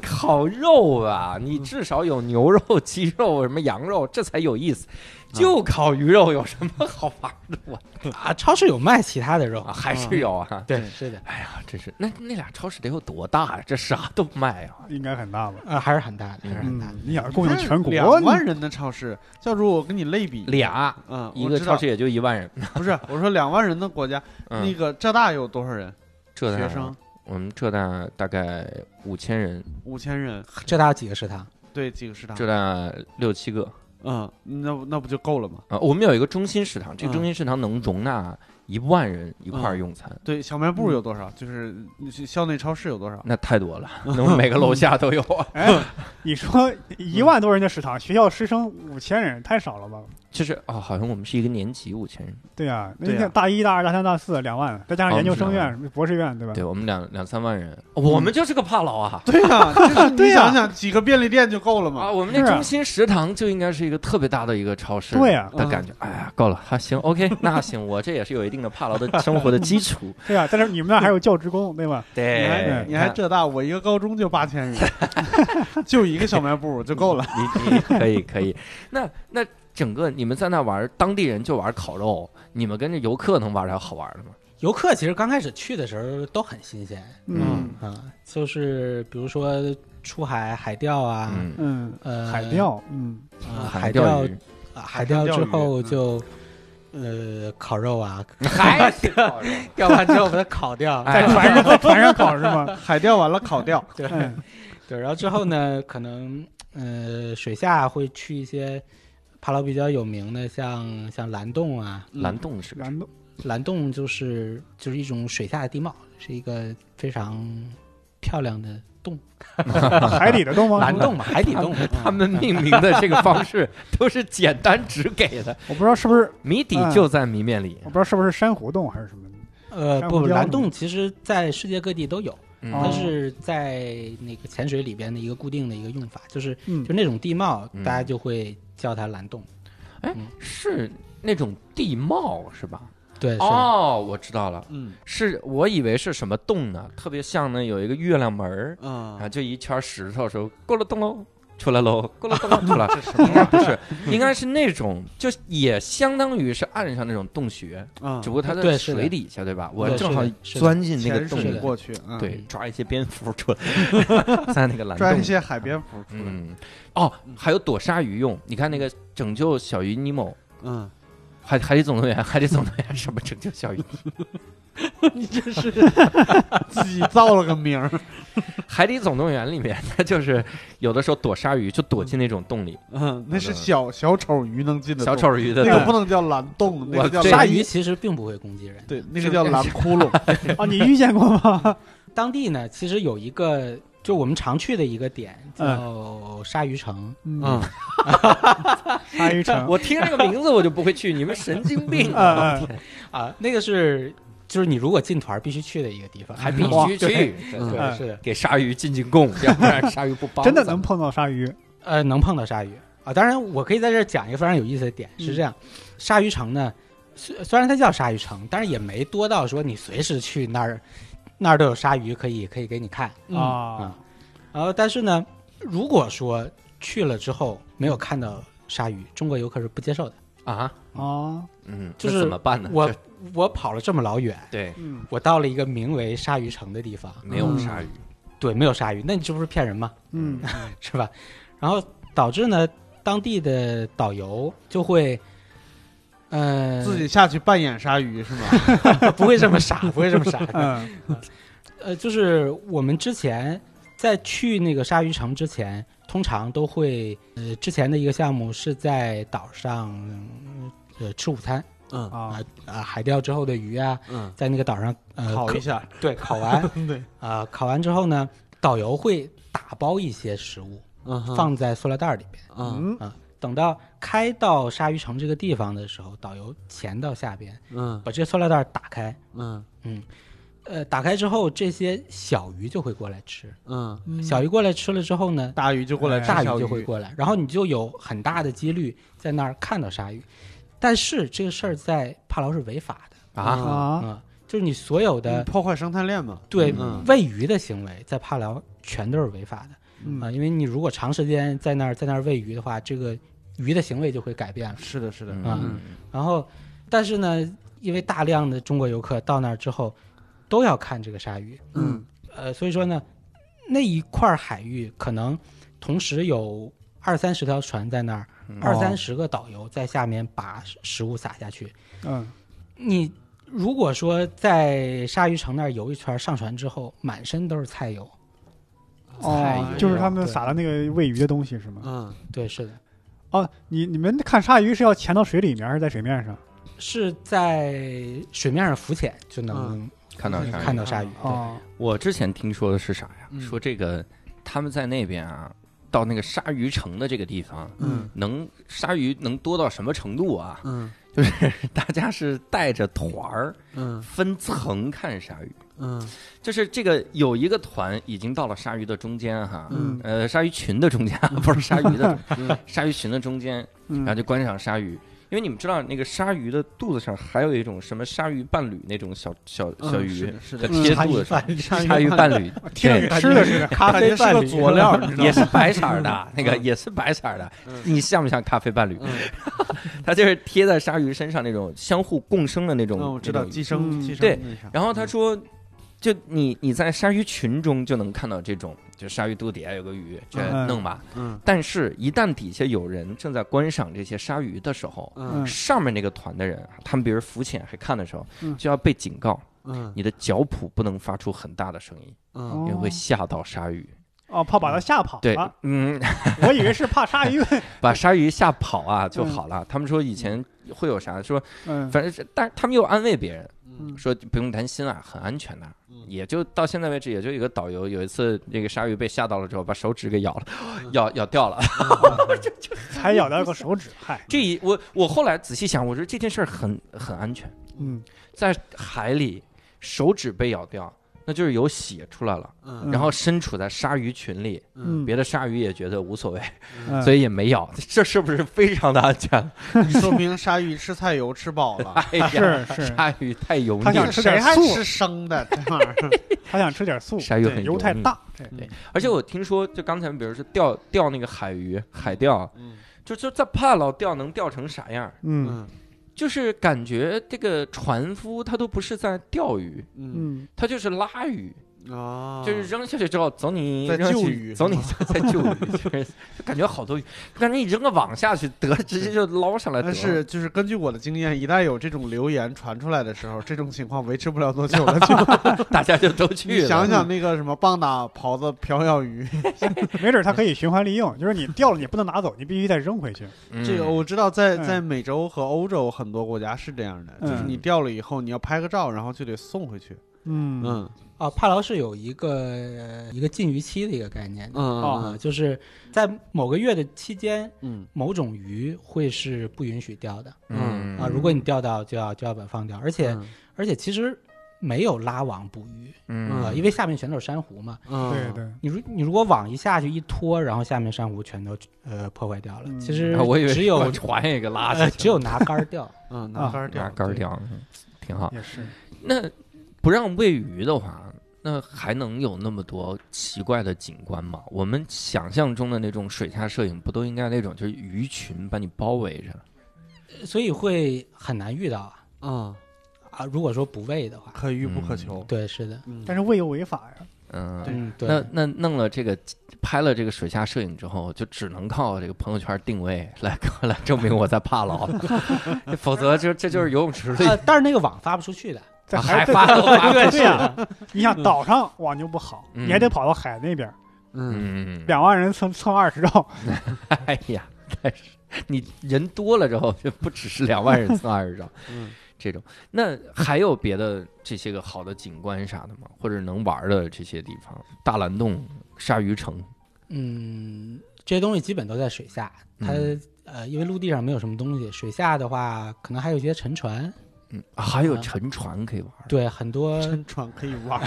Speaker 1: 烤肉啊，你至少有牛肉、鸡肉、什么羊肉，这才有意思。
Speaker 2: 啊
Speaker 1: 就烤鱼肉有什么好玩的？我
Speaker 4: 啊，超市有卖其他的肉
Speaker 1: 啊，， 还是有啊。
Speaker 4: 对，
Speaker 3: 对
Speaker 4: 是的，
Speaker 1: 哎呀，真是那那俩超市得有多大呀、啊这啥都卖啊！
Speaker 2: 应该很大吧？
Speaker 4: 啊，还是很大的，还是很大的
Speaker 2: 嗯，。你想供应全国，
Speaker 3: 两万人的超市，教主，我跟你类比，
Speaker 1: 俩
Speaker 3: 嗯，
Speaker 1: 一
Speaker 3: 我
Speaker 1: 个
Speaker 3: 知
Speaker 1: 超
Speaker 3: 道
Speaker 1: 市也就一万人，
Speaker 3: 不是，我说两万人的国家，那
Speaker 1: 嗯，
Speaker 3: 个浙大有多少人？
Speaker 1: 浙大
Speaker 3: 学生
Speaker 1: 我们浙大大概五千人，
Speaker 3: 五千人，
Speaker 4: 浙大有几个食堂？
Speaker 3: 对，几个食堂？
Speaker 1: 浙大六七个
Speaker 3: 嗯，那那不就够了吗？
Speaker 1: 啊。我们有一个中心食堂，这个
Speaker 3: 嗯
Speaker 1: 中心食堂能容纳一万人一块儿用餐，
Speaker 3: 对，小卖
Speaker 1: 嗯
Speaker 3: 部有多少？就是校内超市有多少？
Speaker 1: 那太多了，能每个楼下都有啊。
Speaker 2: 哎，你说一万多人的食堂，学校师生五千人，太少了吧？
Speaker 1: 就是哦，好像我们是一个年级五千人。
Speaker 2: 对呀、那
Speaker 3: 对
Speaker 2: 你
Speaker 3: 呀
Speaker 2: 看大一、大二、大三、大四两万，再加上研究生院、博士院，对吧？
Speaker 1: 对我们两两三万人，哦嗯我们就是个帕劳啊。
Speaker 3: 对呀， 就是你
Speaker 2: 对呀
Speaker 3: 想想，几个便利店就够了
Speaker 1: 啊，
Speaker 3: 嘛。
Speaker 1: 我们那
Speaker 2: 是啊
Speaker 1: 中心食堂就应该是一个特别大的一个超市，
Speaker 2: 对呀
Speaker 1: 的感觉。哎呀，够了，还行，OK，那行，我这也是有一定的帕劳的生活的基础。
Speaker 2: 对呀、但是你们那儿还有教职工，对吧？
Speaker 3: 你
Speaker 1: 对
Speaker 3: 还，你还
Speaker 1: 哎看
Speaker 3: 浙大，我一个高中就八千人， 就一个小卖部就够了。
Speaker 1: 你你可以可以。那那整个你们在那玩，当地人就玩烤肉，你们跟着游客能玩点好玩的吗？
Speaker 4: 游客其实刚开始去的时候都很新鲜
Speaker 2: 嗯
Speaker 4: 啊、就是比如说出海海钓啊，
Speaker 1: 嗯，
Speaker 2: 嗯，
Speaker 4: 呃，
Speaker 2: 海钓，嗯
Speaker 4: 呃，
Speaker 1: 海
Speaker 4: 海
Speaker 1: 钓
Speaker 4: 钓
Speaker 1: 鱼，
Speaker 4: 啊海钓之
Speaker 3: 海
Speaker 4: 后
Speaker 3: 上钓鱼嗯
Speaker 4: 就呃烤肉啊，
Speaker 1: 还是烤肉
Speaker 4: 钓完之后把它烤掉，
Speaker 1: 哎
Speaker 2: 在船上在船上烤是吗？
Speaker 3: 海钓完了，烤 钓，
Speaker 4: 对
Speaker 2: 嗯
Speaker 4: 对，然后之后呢，可能呃水下会去一些帕劳比较有名的，像像蓝洞啊，
Speaker 1: 蓝洞是个
Speaker 2: 然后
Speaker 4: 蓝洞就是就是一种水下的地貌，是一个非常漂亮的洞，
Speaker 2: 海底的洞 吗？
Speaker 4: 蓝洞嘛，海底
Speaker 1: 他
Speaker 4: 洞嘛，
Speaker 1: 他
Speaker 4: 嗯
Speaker 1: 们命名的这个方式都是简单直给的，
Speaker 2: 我不知道是不是，
Speaker 1: 谜底就在谜面里
Speaker 2: 我。不知道是不是珊瑚洞还是什么的。
Speaker 4: 呃
Speaker 2: 珊瑚
Speaker 4: 不，
Speaker 2: 礁
Speaker 4: 蓝
Speaker 2: 嘛
Speaker 4: 洞其实在世界各地都有，
Speaker 1: 嗯
Speaker 2: 哦
Speaker 4: 它是在那个潜水里边的一个固定的一个用法，就是
Speaker 2: 嗯
Speaker 4: 就那种地貌，
Speaker 1: 嗯
Speaker 4: 大家就会叫它蓝洞。
Speaker 1: 是那种地貌是吧？
Speaker 4: 对，是
Speaker 1: 哦，我知道了，
Speaker 3: 嗯
Speaker 1: 是我以为是什么洞呢？特别像呢，有一个月亮门儿啊，
Speaker 3: 啊，
Speaker 1: 就一圈石头说过了洞喽，出来喽，过了洞喽， 出来。
Speaker 3: 这什么
Speaker 1: 应该不是，应该是那种，就也相当于是岸上那种洞穴，
Speaker 3: 啊
Speaker 1: 只不过它在
Speaker 4: 对是的
Speaker 1: 水底下，对吧？我
Speaker 4: 对
Speaker 1: 正
Speaker 4: 是
Speaker 1: 好
Speaker 4: 的是的
Speaker 1: 钻进那个
Speaker 3: 潜
Speaker 1: 洞
Speaker 3: 水
Speaker 1: 里
Speaker 4: 的，
Speaker 3: 过去，嗯
Speaker 1: 对，抓一些蝙蝠出来， 在那个蓝
Speaker 3: 抓
Speaker 1: 洞
Speaker 3: 一些海蝙蝠出来。
Speaker 1: 啊嗯，哦，还有躲鲨鱼用。你看那个拯救小鱼尼莫，
Speaker 3: 嗯，
Speaker 1: 海海底总动员， 海底总动员什么拯救小鱼，
Speaker 3: 你这是自己造了个名儿。
Speaker 1: 海底总动员里面，它就是有的时候躲鲨鱼就躲进那种洞里，
Speaker 3: 嗯，那是小小丑鱼能进的
Speaker 1: 小
Speaker 3: 洞，
Speaker 1: 丑鱼的
Speaker 3: 那
Speaker 1: 洞
Speaker 3: 个不能叫蓝洞，那
Speaker 1: 我
Speaker 3: 个叫
Speaker 1: 对
Speaker 4: 鲨
Speaker 3: 蓝
Speaker 4: 鱼，其实并不会攻击人。
Speaker 3: 对，那个叫蓝窟窿。
Speaker 2: 哦， 你遇见过吗？
Speaker 4: 当地呢，其实有一个就我们常去的一个点叫鲨鱼城，
Speaker 2: 嗯，
Speaker 3: 嗯，
Speaker 2: 鲨鱼城。
Speaker 1: 我听这个名字我就不会去，你们神经病 啊！
Speaker 2: 嗯嗯，
Speaker 4: 啊，那个是就是你如果进团必须去的一个地方，
Speaker 1: 还必
Speaker 4: 哇
Speaker 1: 须
Speaker 4: 对
Speaker 1: 去，
Speaker 3: 嗯
Speaker 1: 对
Speaker 2: 嗯
Speaker 4: 是的，
Speaker 1: 给鲨鱼进进贡，要不然鲨鱼不帮咱们。
Speaker 2: 真的能碰到鲨鱼？
Speaker 4: 呃，能碰到鲨鱼啊。当然，我可以在这儿讲一个非常有意思的点，是这样，鲨鱼城呢，虽虽然它叫鲨鱼城，但是也没多到说你随时去那儿那儿都有鲨鱼可以可以给你看。
Speaker 2: 啊，
Speaker 4: 然后，但是呢，如果说去了之后没有看到鲨鱼，中国游客是不接受的。
Speaker 1: 啊？
Speaker 2: 啊，
Speaker 1: 嗯，
Speaker 4: 就
Speaker 1: 那
Speaker 4: 是
Speaker 1: 怎么办呢？
Speaker 4: 我
Speaker 1: 这
Speaker 4: 我跑了这么老远，
Speaker 1: 对
Speaker 2: 嗯，
Speaker 4: 我到了一个名为鲨鱼城的地方，
Speaker 1: 没有鲨鱼，
Speaker 4: 对，没有鲨鱼，那你这不是骗人吗？
Speaker 2: 嗯，
Speaker 4: 是吧？然后导致呢，当地的导游就会，呃，
Speaker 3: 自己下去扮演鲨鱼 是吗？
Speaker 4: 不会这么傻，不会这么傻。
Speaker 2: 嗯，
Speaker 4: 呃，就是我们之前在去那个鲨鱼城之前，通常都会，呃，之前的一个项目是在岛上，呃，吃午餐
Speaker 3: 嗯
Speaker 4: 啊
Speaker 2: 啊，
Speaker 4: 啊，海钓之后的鱼啊，
Speaker 3: 嗯，
Speaker 4: 在那个岛上呃
Speaker 3: 烤
Speaker 4: 烤
Speaker 3: 一下，
Speaker 4: 对烤完
Speaker 3: 对，
Speaker 4: 啊、烤完之后呢，导游会打包一些食物
Speaker 3: 嗯
Speaker 4: 放在塑料袋里边。
Speaker 3: 嗯
Speaker 2: 嗯，
Speaker 4: 等到开到鲨鱼城这个地方的时候，导游潜到下边，
Speaker 3: 嗯
Speaker 4: 把这个塑料袋打开，
Speaker 3: 嗯
Speaker 4: 呃，打开之后这些小鱼就会过来吃，
Speaker 3: 嗯，
Speaker 4: 小鱼过来吃了之后呢，
Speaker 3: 大鱼就过来吃
Speaker 4: 大
Speaker 3: 小
Speaker 4: 鱼
Speaker 3: 鱼
Speaker 4: 就会过来，然后你就有很大的几率在那儿看到鲨鱼。但是这个事儿在帕劳是违法的
Speaker 1: 啊，
Speaker 4: 啊、
Speaker 2: 啊，
Speaker 4: 嗯就是你所有的
Speaker 3: 嗯破坏生态链嘛。
Speaker 4: 对
Speaker 3: 嗯
Speaker 4: 喂鱼的行为在帕劳全都是违法的
Speaker 2: 嗯
Speaker 4: 啊、因为你如果长时间在那儿在那儿喂鱼的话，这个鱼的行为就会改变了。
Speaker 3: 是的，是的，
Speaker 1: 嗯，
Speaker 4: 然后，但是呢，因为大量的中国游客到那儿之后，都要看这个鲨鱼，
Speaker 3: 嗯
Speaker 4: 呃，所以说呢，那一块儿海域可能同时有二三十条船在那儿，
Speaker 1: 嗯
Speaker 4: 二三十个导游在下面把食物撒下去。
Speaker 2: 嗯，
Speaker 4: 你如果说在鲨鱼城那儿游一圈，上船之后满身都是菜油，
Speaker 3: 菜
Speaker 2: 哦
Speaker 3: 油，
Speaker 2: 就是他们
Speaker 4: 对
Speaker 2: 撒的那个喂鱼的东西是吗？
Speaker 3: 嗯，
Speaker 4: 对，是的，
Speaker 2: 哦，你你们看鲨鱼是要潜到水里面还是在水面上？
Speaker 4: 是在水面上浮潜就能
Speaker 1: 看到啥？
Speaker 4: 看到鲨鱼。对，
Speaker 2: 哦，
Speaker 1: 我之前听说的是啥呀？
Speaker 3: 嗯
Speaker 1: 说这个他们在那边啊，到那个鲨鱼城的这个地方，
Speaker 3: 嗯
Speaker 1: 能鲨鱼能多到什么程度啊？
Speaker 3: 嗯
Speaker 1: 大家是带着团儿
Speaker 3: 嗯
Speaker 1: 分层看鲨鱼，
Speaker 3: 嗯
Speaker 1: 就是这个有一个团已经到了鲨鱼的中间哈，
Speaker 2: 嗯
Speaker 1: 呃，鲨鱼群的中间，不是鲨鱼 的中
Speaker 3: 嗯，
Speaker 1: 鲨鱼群的中间，然后
Speaker 2: 嗯，
Speaker 1: 就观赏鲨鱼。因为你们知道，那个鲨鱼的肚子上还有一种什么鲨鱼伴侣那种小小
Speaker 3: 嗯
Speaker 1: 小
Speaker 3: 是
Speaker 1: 鱼
Speaker 3: 的是
Speaker 1: 在
Speaker 3: 的
Speaker 1: 贴肚子上，鲨鱼伴侣，
Speaker 2: 听着
Speaker 1: 对
Speaker 2: 给吃的似的。
Speaker 4: 咖
Speaker 3: 感觉
Speaker 4: 啡
Speaker 3: 是个
Speaker 4: 伴侣
Speaker 3: 佐料，你知道
Speaker 1: 也
Speaker 3: 吗？
Speaker 1: 是白色儿的，那个
Speaker 3: 嗯
Speaker 1: 也是白色儿的
Speaker 3: 嗯，
Speaker 1: 你像不像咖啡伴侣？
Speaker 3: 嗯
Speaker 1: 它就是贴在鲨鱼身上那种相互共生的那种。
Speaker 3: 嗯，我知道嗯
Speaker 1: 那种
Speaker 3: 寄生
Speaker 2: 嗯
Speaker 3: 寄生
Speaker 1: 对
Speaker 3: 那啥
Speaker 1: 然后他说，就你你在鲨鱼群中就能看到这种，就鲨鱼肚底下有个鱼，这
Speaker 2: 嗯
Speaker 1: 弄吧。
Speaker 3: 嗯
Speaker 1: 但是，一旦底下有人正在观赏这些鲨鱼的时候，
Speaker 3: 嗯
Speaker 1: 上面那个团的人啊，他们比如浮潜还看的时候
Speaker 2: 嗯，
Speaker 1: 就要被警告，
Speaker 3: 嗯
Speaker 1: 你的脚蹼不能发出很大的声音，因
Speaker 3: 嗯
Speaker 2: 哦
Speaker 1: 为会吓到鲨鱼。
Speaker 2: 哦，怕把它吓跑
Speaker 1: 对
Speaker 3: 啊
Speaker 2: 了，，
Speaker 1: 嗯，
Speaker 2: 我以为是怕鲨鱼。
Speaker 1: 把鲨鱼吓跑啊
Speaker 3: 嗯
Speaker 1: 就好了。他们说以前会有啥说，
Speaker 2: 嗯
Speaker 1: 反正是，但是他们又安慰别人
Speaker 3: 嗯
Speaker 1: 说不用担心啊，很安全的、
Speaker 3: 嗯
Speaker 1: 也就到现在为止，也就一个导游有一次那个鲨鱼被吓到了之后，把手指给咬了，
Speaker 3: 嗯
Speaker 1: 咬咬掉了。
Speaker 2: 才咬到个手指，嗨，
Speaker 1: 这一我我后来仔细想，我说这件事儿很很安全，
Speaker 2: 嗯，
Speaker 1: 在海里手指被咬掉，那就是有血出来了，
Speaker 3: 嗯
Speaker 1: 然后身处在鲨鱼群里，
Speaker 2: 嗯，
Speaker 1: 别的鲨鱼也觉得无所谓，
Speaker 2: 嗯，
Speaker 1: 所以也没咬，这是不是非常的安全？
Speaker 3: 嗯说明鲨鱼吃菜油吃饱了。
Speaker 1: 哎呀，
Speaker 2: 是是，
Speaker 1: 鲨鱼太油腻
Speaker 2: 它
Speaker 1: 了
Speaker 2: 想。
Speaker 3: 这
Speaker 2: 吃
Speaker 3: 谁
Speaker 2: 点
Speaker 3: 还
Speaker 2: 素
Speaker 3: 吃生的？这玩意儿，
Speaker 2: 他想吃点素，
Speaker 1: 鲨鱼
Speaker 3: 对
Speaker 1: 很
Speaker 2: 油太
Speaker 1: 腻，
Speaker 2: 大，这
Speaker 1: 而且我听说，就刚才比如说钓钓那个海鱼、海钓，
Speaker 3: 嗯
Speaker 1: 就就在帕劳钓能钓成啥样儿？
Speaker 2: 嗯
Speaker 3: 嗯
Speaker 1: 就是感觉这个船夫他都不是在钓鱼，
Speaker 3: 嗯
Speaker 2: 嗯，
Speaker 1: 他就是拉鱼，
Speaker 3: 啊，
Speaker 1: 就是扔下去之后，走你
Speaker 3: 在
Speaker 1: 扔下
Speaker 3: 救
Speaker 1: 去
Speaker 3: 鱼
Speaker 1: 走你
Speaker 3: 是
Speaker 1: 在救 鱼，就是就感觉好多鱼，感觉你扔个网下去得直接就捞上来得
Speaker 3: 但
Speaker 1: 啊了。
Speaker 3: 呃是， 就是根据我的经验，一旦有这种留言传出来的时候，这种情况维持不了多久了。就
Speaker 1: 大家就都去
Speaker 3: 你
Speaker 1: 了，
Speaker 3: 想想那个什么棒打狍子瓢舀鱼，
Speaker 2: 没准它可以循环利用，就是你掉了你不能拿走，你必须再扔回去。
Speaker 1: 嗯
Speaker 3: 这个我知道在，
Speaker 2: 嗯
Speaker 3: 在美洲和欧洲很多国家是这样的，就是
Speaker 2: 嗯
Speaker 3: 你掉了以后，你要拍个照，然后就得送回去。
Speaker 2: 嗯
Speaker 3: 嗯
Speaker 4: 啊，帕劳是有一个一个禁渔期的一个概念的。啊、
Speaker 3: 嗯
Speaker 4: 就是在某个月的期间，
Speaker 3: 嗯
Speaker 4: 某种鱼会是不允许钓的
Speaker 1: 嗯
Speaker 4: 啊。如果你钓到，就要就要把它放掉。而且、
Speaker 3: 嗯
Speaker 4: 而且其实没有拉网捕鱼啊、
Speaker 1: 嗯
Speaker 4: 因为下面全都是珊瑚嘛。
Speaker 3: 嗯，
Speaker 2: 对对，
Speaker 4: 你如你如果网一下去一拖，然后下面珊瑚全都呃破坏掉了。
Speaker 2: 嗯
Speaker 4: 其实
Speaker 1: 啊我以为
Speaker 4: 只有、
Speaker 1: 把船也给拉
Speaker 4: 呃
Speaker 1: 下去，
Speaker 4: 只有拿杆儿钓。
Speaker 3: 嗯，拿杆儿
Speaker 1: 拿
Speaker 3: 钓，
Speaker 1: 杆儿
Speaker 3: 对，
Speaker 1: 钓，嗯挺好。
Speaker 2: 也是，
Speaker 1: 那不让喂鱼的话，那还能有那么多奇怪的景观吗？我们想象中的那种水下摄影，不都应该那种就是鱼群把你包围着？
Speaker 4: 所以会很难遇到啊
Speaker 3: 嗯，
Speaker 4: 啊！如果说不喂的话，
Speaker 3: 可遇不可求。
Speaker 4: 对，是的，
Speaker 3: 嗯，
Speaker 2: 但是喂又违法呀，
Speaker 1: 嗯，
Speaker 4: 嗯，对，
Speaker 1: 那那弄了这个拍了这个水下摄影之后，就只能靠这个朋友圈定位来 来证明我在帕劳了， 否则就这就是游泳池里
Speaker 4: 啊，但是那个网发不出去的，
Speaker 2: 在
Speaker 1: 啊海
Speaker 2: 在
Speaker 1: 发了发过去
Speaker 2: 对呀，你想岛上网就不好，
Speaker 1: 嗯
Speaker 2: 你还得跑到海那边，
Speaker 3: 嗯
Speaker 1: 嗯，
Speaker 2: 两万人蹭蹭二十兆，
Speaker 1: 哎呀，但是你人多了之后，就不只是两万人蹭二十张。
Speaker 3: 嗯
Speaker 1: 这种。那还有别的这些个好的景观啥的吗？或者能玩的这些地方？大蓝洞、鲨鱼城，
Speaker 4: 嗯，这些东西基本都在水下，它、
Speaker 1: 嗯
Speaker 4: 呃，因为陆地上没有什么东西，水下的话可能还有一些沉船
Speaker 1: 嗯，还有
Speaker 4: 啊
Speaker 1: 沉船可以玩儿。
Speaker 4: 对，很多
Speaker 3: 沉船可以玩儿，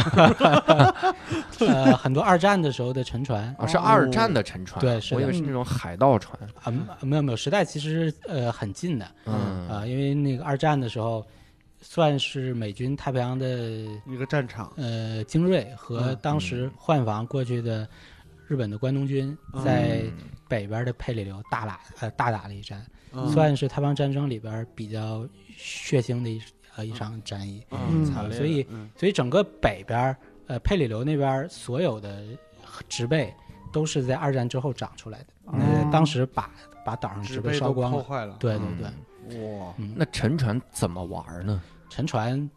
Speaker 4: 呃很多二战的时候的沉船
Speaker 1: 啊，是
Speaker 3: 哦
Speaker 1: 二战的沉船，
Speaker 4: 对是
Speaker 1: 我以
Speaker 4: 的嗯
Speaker 1: 为是那种海盗船。
Speaker 4: 啊、没有没有，时代其实呃很近的
Speaker 1: 嗯
Speaker 4: 啊、因为那个二战的时候，算是美军太平洋的
Speaker 3: 一个战场，
Speaker 4: 呃精锐和
Speaker 3: 嗯
Speaker 4: 当时换防过去的日本的关东军
Speaker 1: 哎
Speaker 3: 嗯
Speaker 4: 在北边的佩里流大打呃大打了一战，
Speaker 3: 嗯
Speaker 4: 算是太平洋战争里边比较血腥的一呃一场战役。
Speaker 3: 嗯
Speaker 2: 嗯
Speaker 3: 惨烈的，
Speaker 4: 所以
Speaker 3: 嗯
Speaker 4: 所以整个北边呃佩里流那边所有的植被都是在二战之后长出来的，呃
Speaker 2: 哦
Speaker 4: 当时把把岛上植
Speaker 3: 植
Speaker 4: 嗯被
Speaker 3: 被
Speaker 4: 烧
Speaker 3: 嗯都
Speaker 4: 光
Speaker 3: 破
Speaker 4: 了。
Speaker 3: 坏了，
Speaker 4: 对对对，
Speaker 1: 嗯
Speaker 3: 哇，
Speaker 4: 嗯，
Speaker 1: 那沉船怎么玩儿呢？
Speaker 4: 沉船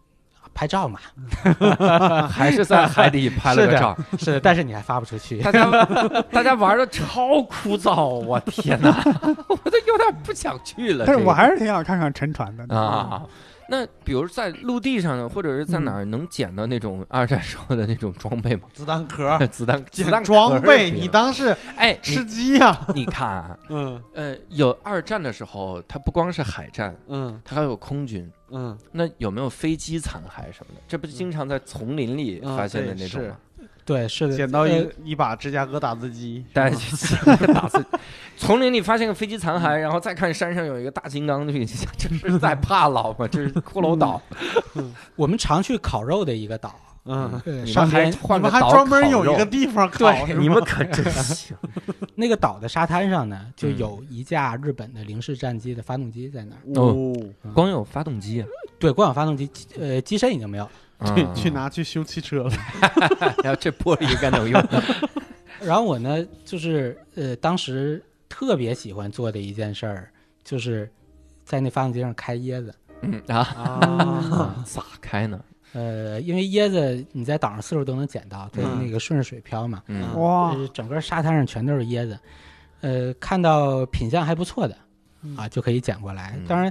Speaker 4: 拍 照嘛，
Speaker 1: 啊还是在海底拍了
Speaker 4: 是
Speaker 1: 个
Speaker 4: 的
Speaker 1: 照，
Speaker 4: 是，但是你还发不 出去。
Speaker 1: 大家大家玩的超枯燥，我天哪， 我都有点不想去了。
Speaker 2: 但是
Speaker 1: 这
Speaker 2: 我
Speaker 1: 个
Speaker 2: 还是挺想看看沉船的
Speaker 1: 啊，那比如在陆地上呢，或者是在哪儿能捡到那种二战时候的那种装备吗？
Speaker 3: 子弹 壳
Speaker 1: 子弹
Speaker 3: 捡
Speaker 1: 子弹壳
Speaker 3: 装
Speaker 1: 儿
Speaker 3: 备，
Speaker 1: 这
Speaker 3: 你
Speaker 1: 种
Speaker 3: 当是
Speaker 1: 哎，
Speaker 3: 吃鸡呀、
Speaker 1: 你你看啊，
Speaker 3: 嗯
Speaker 1: 呃，有二战的时候，它不光是海战，
Speaker 3: 嗯
Speaker 1: 它还有空军。
Speaker 3: 嗯，
Speaker 1: 那有没有飞机残骸什么的？这不是经常在丛林里
Speaker 3: 嗯
Speaker 1: 发现的
Speaker 3: 对
Speaker 1: 那种
Speaker 3: 是
Speaker 1: 吗？
Speaker 4: 对，是的，
Speaker 3: 捡到
Speaker 4: 呃
Speaker 3: 一一把芝加哥打字机，
Speaker 1: 大家去打字，丛林里发现个飞机残骸，然后再看山上有一个大金刚，这这是在帕劳 吗？这是骷髅岛，
Speaker 4: 我们常去烤肉的一个岛，
Speaker 3: 嗯，
Speaker 4: 呃，
Speaker 1: 你
Speaker 4: 上
Speaker 1: 们还
Speaker 4: 边
Speaker 3: 我
Speaker 1: 换个
Speaker 3: 们还
Speaker 1: 岛
Speaker 3: 专门有
Speaker 1: 烤肉
Speaker 3: 一个地方烤，
Speaker 1: 对，
Speaker 3: 是吧
Speaker 1: 你们可真行。
Speaker 4: 那个岛的沙滩上呢，
Speaker 3: 嗯
Speaker 4: 就有一架日本的零式战机的发动机在那儿。
Speaker 3: 哦，
Speaker 1: 光有发动机啊，
Speaker 4: 对，光有发动机，呃，机身已经没有了。
Speaker 1: 嗯
Speaker 3: 对，去？拿去修汽车了，
Speaker 1: 然后这玻璃应该能用。
Speaker 4: 然后我呢，就是呃，当时特别喜欢做的一件事儿，就是在那发动机上开椰子。
Speaker 1: 嗯啊，
Speaker 3: 啊，
Speaker 1: 咋开呢？
Speaker 4: 呃，因为椰子你在岛上四处都能捡到，它
Speaker 3: 嗯
Speaker 4: 那个顺着水漂嘛，
Speaker 1: 嗯
Speaker 3: 嗯
Speaker 2: 哇，
Speaker 4: 就是整个沙滩上全都是椰子。呃，看到品相还不错的
Speaker 2: 嗯
Speaker 4: 啊，就可以捡过来
Speaker 1: 嗯。
Speaker 4: 当然，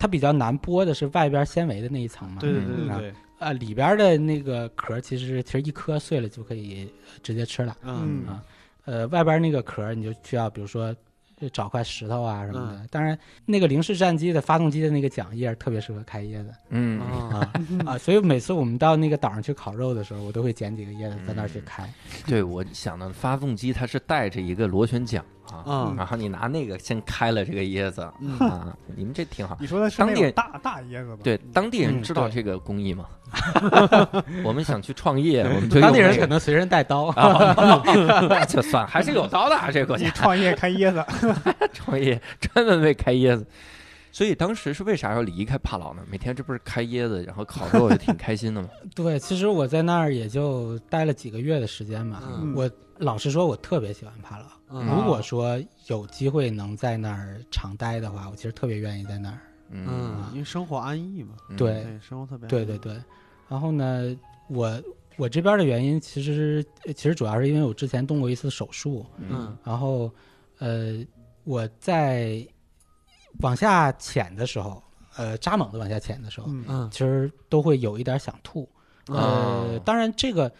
Speaker 4: 它比较难剥的是外边纤维的那一层嘛。
Speaker 3: 对对对对对，
Speaker 4: 啊，里边儿的那个壳儿其实其实一颗碎了就可以呃直接吃了，
Speaker 3: 嗯
Speaker 2: 嗯
Speaker 4: 呃，外边儿那个壳儿你就需要比如说呃找块石头啊什么的。当然，那个零式战机的发动机的那个桨叶儿特别适合开椰子
Speaker 1: 嗯，
Speaker 3: 啊，
Speaker 4: 啊啊，所以每次我们到那个岛上去烤肉的时候，我都会捡几个椰子在那儿
Speaker 1: 嗯
Speaker 4: 去开。
Speaker 1: 对我想到发动机它是带着一个螺旋桨啊
Speaker 3: 嗯，
Speaker 1: 然后你拿那个先开了这个椰子
Speaker 3: 嗯
Speaker 1: 啊，你们这挺好。
Speaker 2: 你说的是
Speaker 1: 当
Speaker 2: 那
Speaker 1: 地
Speaker 2: 种大大椰子吧？
Speaker 1: 对，当地人
Speaker 4: 嗯
Speaker 1: 知道
Speaker 4: 对
Speaker 1: 这个工艺吗？ 我们想去创业，我们就
Speaker 4: 当地
Speaker 1: 用
Speaker 4: 人
Speaker 1: 这
Speaker 4: 可
Speaker 1: 个
Speaker 4: 能随身带刀，
Speaker 1: 啊，那就算还是有刀的啊，这个国
Speaker 2: 你
Speaker 1: 家
Speaker 2: 创业开椰子，
Speaker 1: 创业专门为开椰子。所以当时是为啥要离开帕劳呢？每天这不是开椰子，然后烤肉也挺开心的嘛。
Speaker 4: 对，其实我在那儿也就待了几个月的时间嘛。
Speaker 3: 嗯
Speaker 4: 我老实说，我特别喜欢帕劳。如果说有机会能在那儿常待的话，我其实特别愿意在那儿。
Speaker 1: 嗯，
Speaker 3: 嗯，因为生活安逸嘛，
Speaker 1: 嗯
Speaker 4: 对
Speaker 3: 对，生活特别安
Speaker 4: 对
Speaker 3: 逸
Speaker 4: 对，对，然后呢，我我这边的原因其实呃其实主要是因为我之前动过一次手术，
Speaker 1: 嗯
Speaker 3: 嗯
Speaker 4: 然后呃我在往下潜的时候，呃扎猛的往下潜的时候，
Speaker 2: 嗯，
Speaker 3: 嗯
Speaker 4: 其实都会有一点想吐。呃
Speaker 1: 哦，
Speaker 4: 当然这个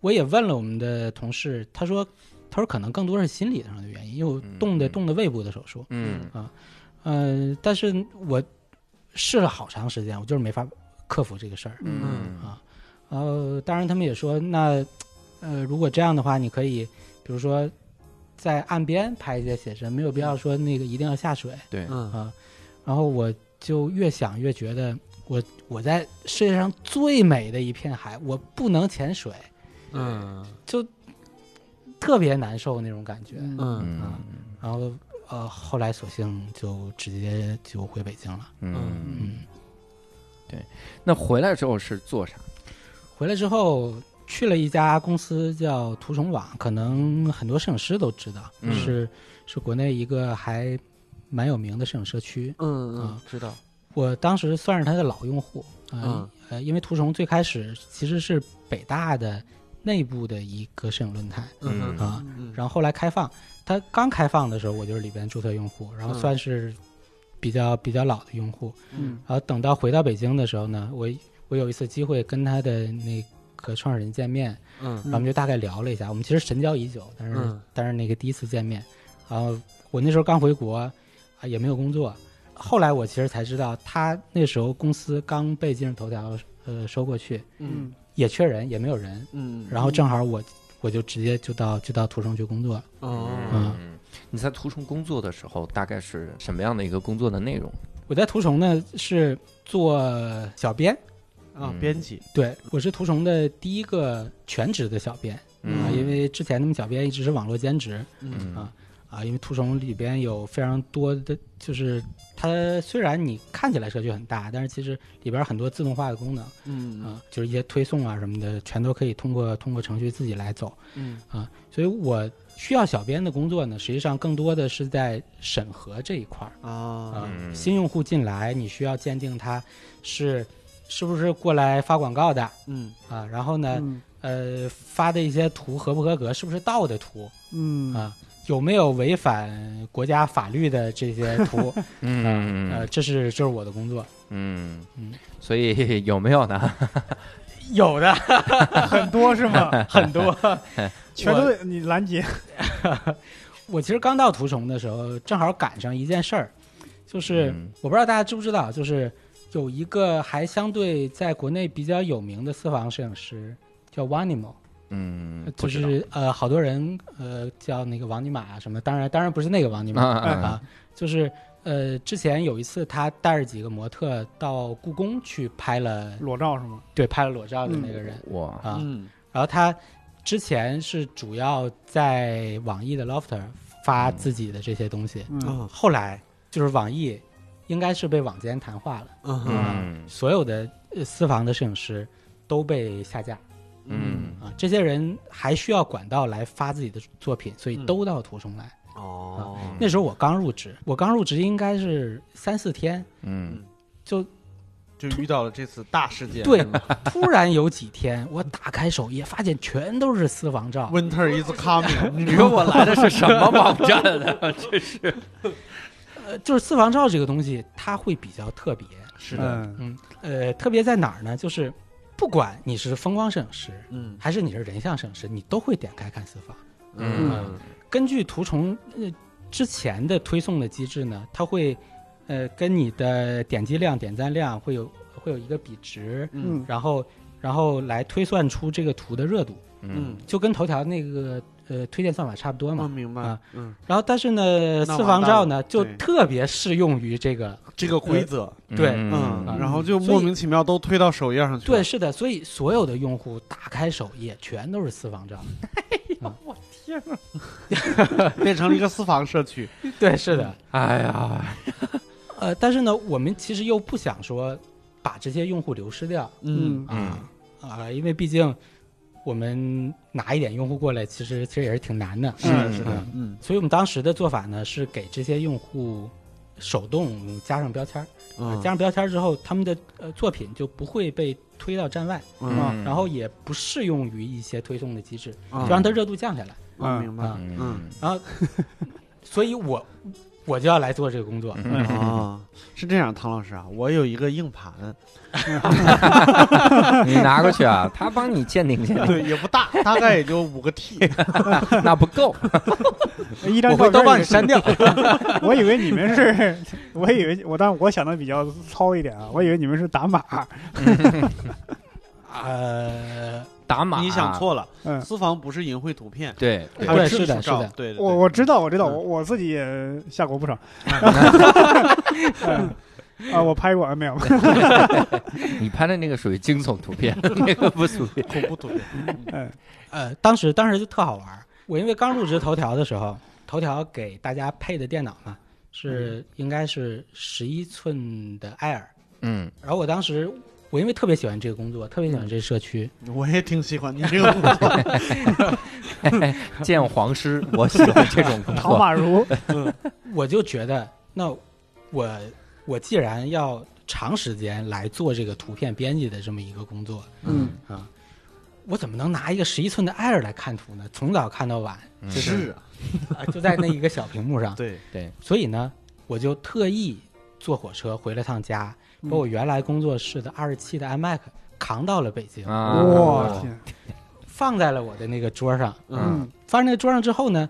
Speaker 4: 我也问了我们的同事，他说他说可能更多是心理上的原因，因为我动
Speaker 1: 嗯
Speaker 4: 的
Speaker 1: 嗯
Speaker 4: 动的胃部的手术，
Speaker 1: 嗯
Speaker 4: 呃，但是我试了好长时间，我就是没法克服这个事儿。
Speaker 1: 嗯
Speaker 4: 啊，呃，当然他们也说，那呃，如果这样的话，你可以比如说在岸边拍一些写真，没有必要说那个一定要下水
Speaker 1: 对，
Speaker 3: 嗯
Speaker 4: 啊。然后我就越想越觉得我，我在世界上最美的一片海，我不能潜水，
Speaker 3: 嗯
Speaker 4: 特别难受那种感觉。
Speaker 3: 嗯
Speaker 1: 嗯
Speaker 4: 然后呃，后来索性就直接就回北京了。
Speaker 1: 嗯
Speaker 4: 嗯，
Speaker 1: 那回来之后是做啥？
Speaker 4: 回来之后去了一家公司叫图虫网，可能很多摄影师都知道，
Speaker 1: 嗯
Speaker 4: 是是国内一个还蛮有名的摄影社区。
Speaker 3: 嗯嗯
Speaker 4: 啊，
Speaker 3: 知道，
Speaker 4: 我当时算是他的老用户，呃
Speaker 3: 嗯
Speaker 4: 呃，因为图虫最开始其实是北大的内部的一个摄影论坛
Speaker 1: 嗯
Speaker 4: 啊，
Speaker 3: 嗯
Speaker 4: 然后后来开放，它刚开放的时候我就是里边注册用户，然后
Speaker 3: 嗯
Speaker 4: 算是比较比较老的用户。
Speaker 3: 嗯
Speaker 4: 然后等到回到北京的时候呢，我我有一次机会跟他的那个创始人见面，
Speaker 3: 嗯
Speaker 4: 然后我们就大概聊了一下，我们其实神交已久，但是、
Speaker 3: 嗯
Speaker 4: 啊但是那个第一次见面，然后我那时候刚回国，啊也没有工作，后来我其实才知道，他那时候公司刚被今日头条呃收过去，
Speaker 3: 嗯
Speaker 4: 也缺人，也没有人，
Speaker 3: 嗯，
Speaker 4: 然后正好我我就直接就到就到途中去工作了。
Speaker 3: 嗯
Speaker 4: 啊
Speaker 1: 嗯，你在途中工作的时候，大概是什么样的一个工作的内容？
Speaker 4: 我在图虫呢是做小编，
Speaker 3: 啊
Speaker 1: 嗯，
Speaker 3: 编辑，
Speaker 4: 对我是图虫的第一个全职的小编啊，
Speaker 1: 嗯
Speaker 4: 因为之前他们小编一直是网络兼职
Speaker 1: 嗯
Speaker 4: 啊啊，因为图虫里边有非常多的，就是它虽然你看起来社区很大，但是其实里边很多自动化的功能
Speaker 3: 嗯
Speaker 4: 啊，就是一些推送啊什么的，全都可以通过通过程序自己来走
Speaker 3: 嗯
Speaker 4: 啊，所以我需要小编的工作呢，实际上更多的是在审核这一块儿。
Speaker 3: 啊
Speaker 4: 啊
Speaker 1: 嗯，
Speaker 4: 新用户进来，你需要鉴定他是是不是过来发广告的
Speaker 3: 嗯
Speaker 4: 啊，然后呢，
Speaker 2: 嗯
Speaker 4: 呃，发的一些图合不合格，是不是盗的图
Speaker 2: 嗯
Speaker 4: 啊，有没有违反国家法律的 这些图，呃，
Speaker 1: 嗯
Speaker 4: 这是这是我的工 作，
Speaker 1: 嗯
Speaker 4: 嗯，
Speaker 1: 所以 有没有呢？
Speaker 4: 有的
Speaker 2: 很多是吗？
Speaker 4: 很多。
Speaker 2: 全都你拦截，
Speaker 4: 我其实刚到图虫的时候，正好赶上一件事儿，就是、
Speaker 1: 嗯
Speaker 4: 我不知道大家知不知道，就是有一个还相对在国内比较有名的私房摄影师叫 Wanimo。
Speaker 1: 嗯，不
Speaker 4: 就
Speaker 1: 知道
Speaker 4: 是呃，好多人呃叫那个王尼玛啊什么，当然当然不是那个王尼玛
Speaker 1: 啊啊啊
Speaker 4: 啊，就是呃之前有一次他带着几个模特到故宫去拍了，
Speaker 2: 裸照是吗？
Speaker 4: 对，拍了裸照的那个人、
Speaker 1: 哇，
Speaker 4: 啊，
Speaker 3: 嗯
Speaker 4: 然后他之前是主要在网易的 Lofter 发
Speaker 1: 嗯
Speaker 4: 自己的这些东西，
Speaker 2: 嗯
Speaker 3: 啊
Speaker 4: 后来就是网易应该是被网监谈话了，
Speaker 3: 嗯
Speaker 1: 嗯
Speaker 4: 所有的呃私房的摄影师都被下架。
Speaker 1: 嗯
Speaker 4: 啊，这些人还需要管道来发自己的作品，所以
Speaker 3: 嗯
Speaker 4: 都到图中来。
Speaker 1: 嗯
Speaker 3: 哦
Speaker 4: 那时候我刚入职，我刚入职应该是三四天，
Speaker 1: 嗯
Speaker 4: 就
Speaker 3: 就遇到了这次大事件，
Speaker 4: 对突然有几天，我打开首页，发现全都是私房照。
Speaker 3: ，Winter is coming，你
Speaker 1: 你说我来的是什么网站啊呢？
Speaker 4: 呃，就是私房照这个东西，它会比较特别。
Speaker 3: 是的，
Speaker 2: 嗯
Speaker 4: 嗯，呃，特别在哪儿呢？就是不管你是风光摄影师，
Speaker 3: 嗯
Speaker 4: 还是你是人像摄影师，你都会点开看私房。
Speaker 1: 嗯
Speaker 4: 根据图虫呃之前的推送的机制呢，它会呃跟你的点击量、点赞量会有会有一个比值，
Speaker 3: 嗯
Speaker 4: 然后然后来推算出这个图的热度，
Speaker 1: 嗯
Speaker 4: 就跟头条那个呃推荐算法差不多
Speaker 3: 我
Speaker 4: 嘛。
Speaker 3: 明白
Speaker 4: 啊，
Speaker 3: 嗯，
Speaker 4: 然后但是呢，
Speaker 3: 那
Speaker 4: 私房照
Speaker 3: 完蛋
Speaker 4: 呢
Speaker 3: 了
Speaker 4: 就
Speaker 3: 对
Speaker 4: 特别适用于这个，
Speaker 3: 这个规则，
Speaker 4: 对
Speaker 3: 嗯
Speaker 1: 嗯，
Speaker 3: 然后就莫名其妙都推到首页上去了，
Speaker 4: 对，是的，所以所有的用户打开首页全都是私房 照，
Speaker 3: 变成了一个私房社区，
Speaker 4: 对，是的，
Speaker 1: 哎呀，
Speaker 4: 呃，但是呢，我们其实又不想说把这些用户流失掉，
Speaker 2: 嗯
Speaker 4: 啊啊，因为毕竟我们拿一点用户过来，其实其实也是挺难的，
Speaker 3: 是的，是的，嗯
Speaker 4: 所以我们当时的做法呢是给这些用户手动加上标签儿，
Speaker 3: 嗯
Speaker 4: 加上标签儿之后，他们的呃作品就不会被推到站外，
Speaker 3: 嗯，
Speaker 4: 然后也不适用于一些推送的机制，
Speaker 3: 嗯
Speaker 4: 就让它热度降下来。
Speaker 3: 我明白，嗯
Speaker 1: 嗯
Speaker 4: 所以我我就要来做这个工作，
Speaker 3: 啊，是这样，唐老师啊，我有一个硬盘，
Speaker 1: 你拿过去啊，他帮你鉴定鉴定，
Speaker 3: 对，也不大，大概也就五个 T，
Speaker 1: 那不 够，
Speaker 2: 哎一张
Speaker 4: 我
Speaker 2: 照
Speaker 4: 会
Speaker 2: 片
Speaker 4: 都
Speaker 2: 儿
Speaker 4: 帮
Speaker 2: 也
Speaker 4: 你
Speaker 2: 是
Speaker 4: 删掉。
Speaker 2: 我以为你们是， 我以为我，但我想的比较糙一点啊，我以为你们是打码，
Speaker 4: 呃，
Speaker 1: 打码啊
Speaker 3: 你想，错了，
Speaker 2: 嗯。
Speaker 3: 私房不是淫秽图片，
Speaker 1: 对，
Speaker 3: 它
Speaker 4: 对
Speaker 3: 是
Speaker 4: 是的
Speaker 3: 照
Speaker 4: 是的
Speaker 3: 对，对
Speaker 2: 我
Speaker 3: 对
Speaker 2: 我知道，我知道，
Speaker 3: 嗯
Speaker 2: 我我自己也下过不少。 嗯啊，我拍过啊，没有，
Speaker 1: 你拍的那个属于惊悚图片，嗯那个不属于，
Speaker 3: 恐 怖图片，
Speaker 4: 呃，当时当时就特好玩儿。我因为刚入职头条的时候，头条给大家配的电脑嘛，是应该是十一寸的艾尔。
Speaker 1: 嗯
Speaker 4: 然后我当时我因为特别喜欢这个工作，特别喜欢这社区，
Speaker 3: 嗯我也挺喜欢你这个 工作，
Speaker 1: 见黄师，我喜欢这种工
Speaker 2: 唐
Speaker 1: 作，
Speaker 2: 马如，
Speaker 4: 我就觉得那我我既然要长时间来做这个图片编辑的这么一个工作
Speaker 2: 嗯
Speaker 4: 啊，我怎么能拿一个十一寸的艾尔来看图呢？从早看到晚，
Speaker 1: 嗯
Speaker 3: 是啊，
Speaker 4: 啊就在那一个小屏幕上。
Speaker 3: 对，
Speaker 4: 所以呢，我就特意坐火车回了趟家，
Speaker 2: 嗯
Speaker 4: 把我原来工作室的二十七的 iMac 扛到了北京，
Speaker 1: 啊，
Speaker 2: 我天，
Speaker 4: 放在了我的那个桌上。
Speaker 1: 嗯
Speaker 2: 嗯
Speaker 4: 放在那个桌上之后呢，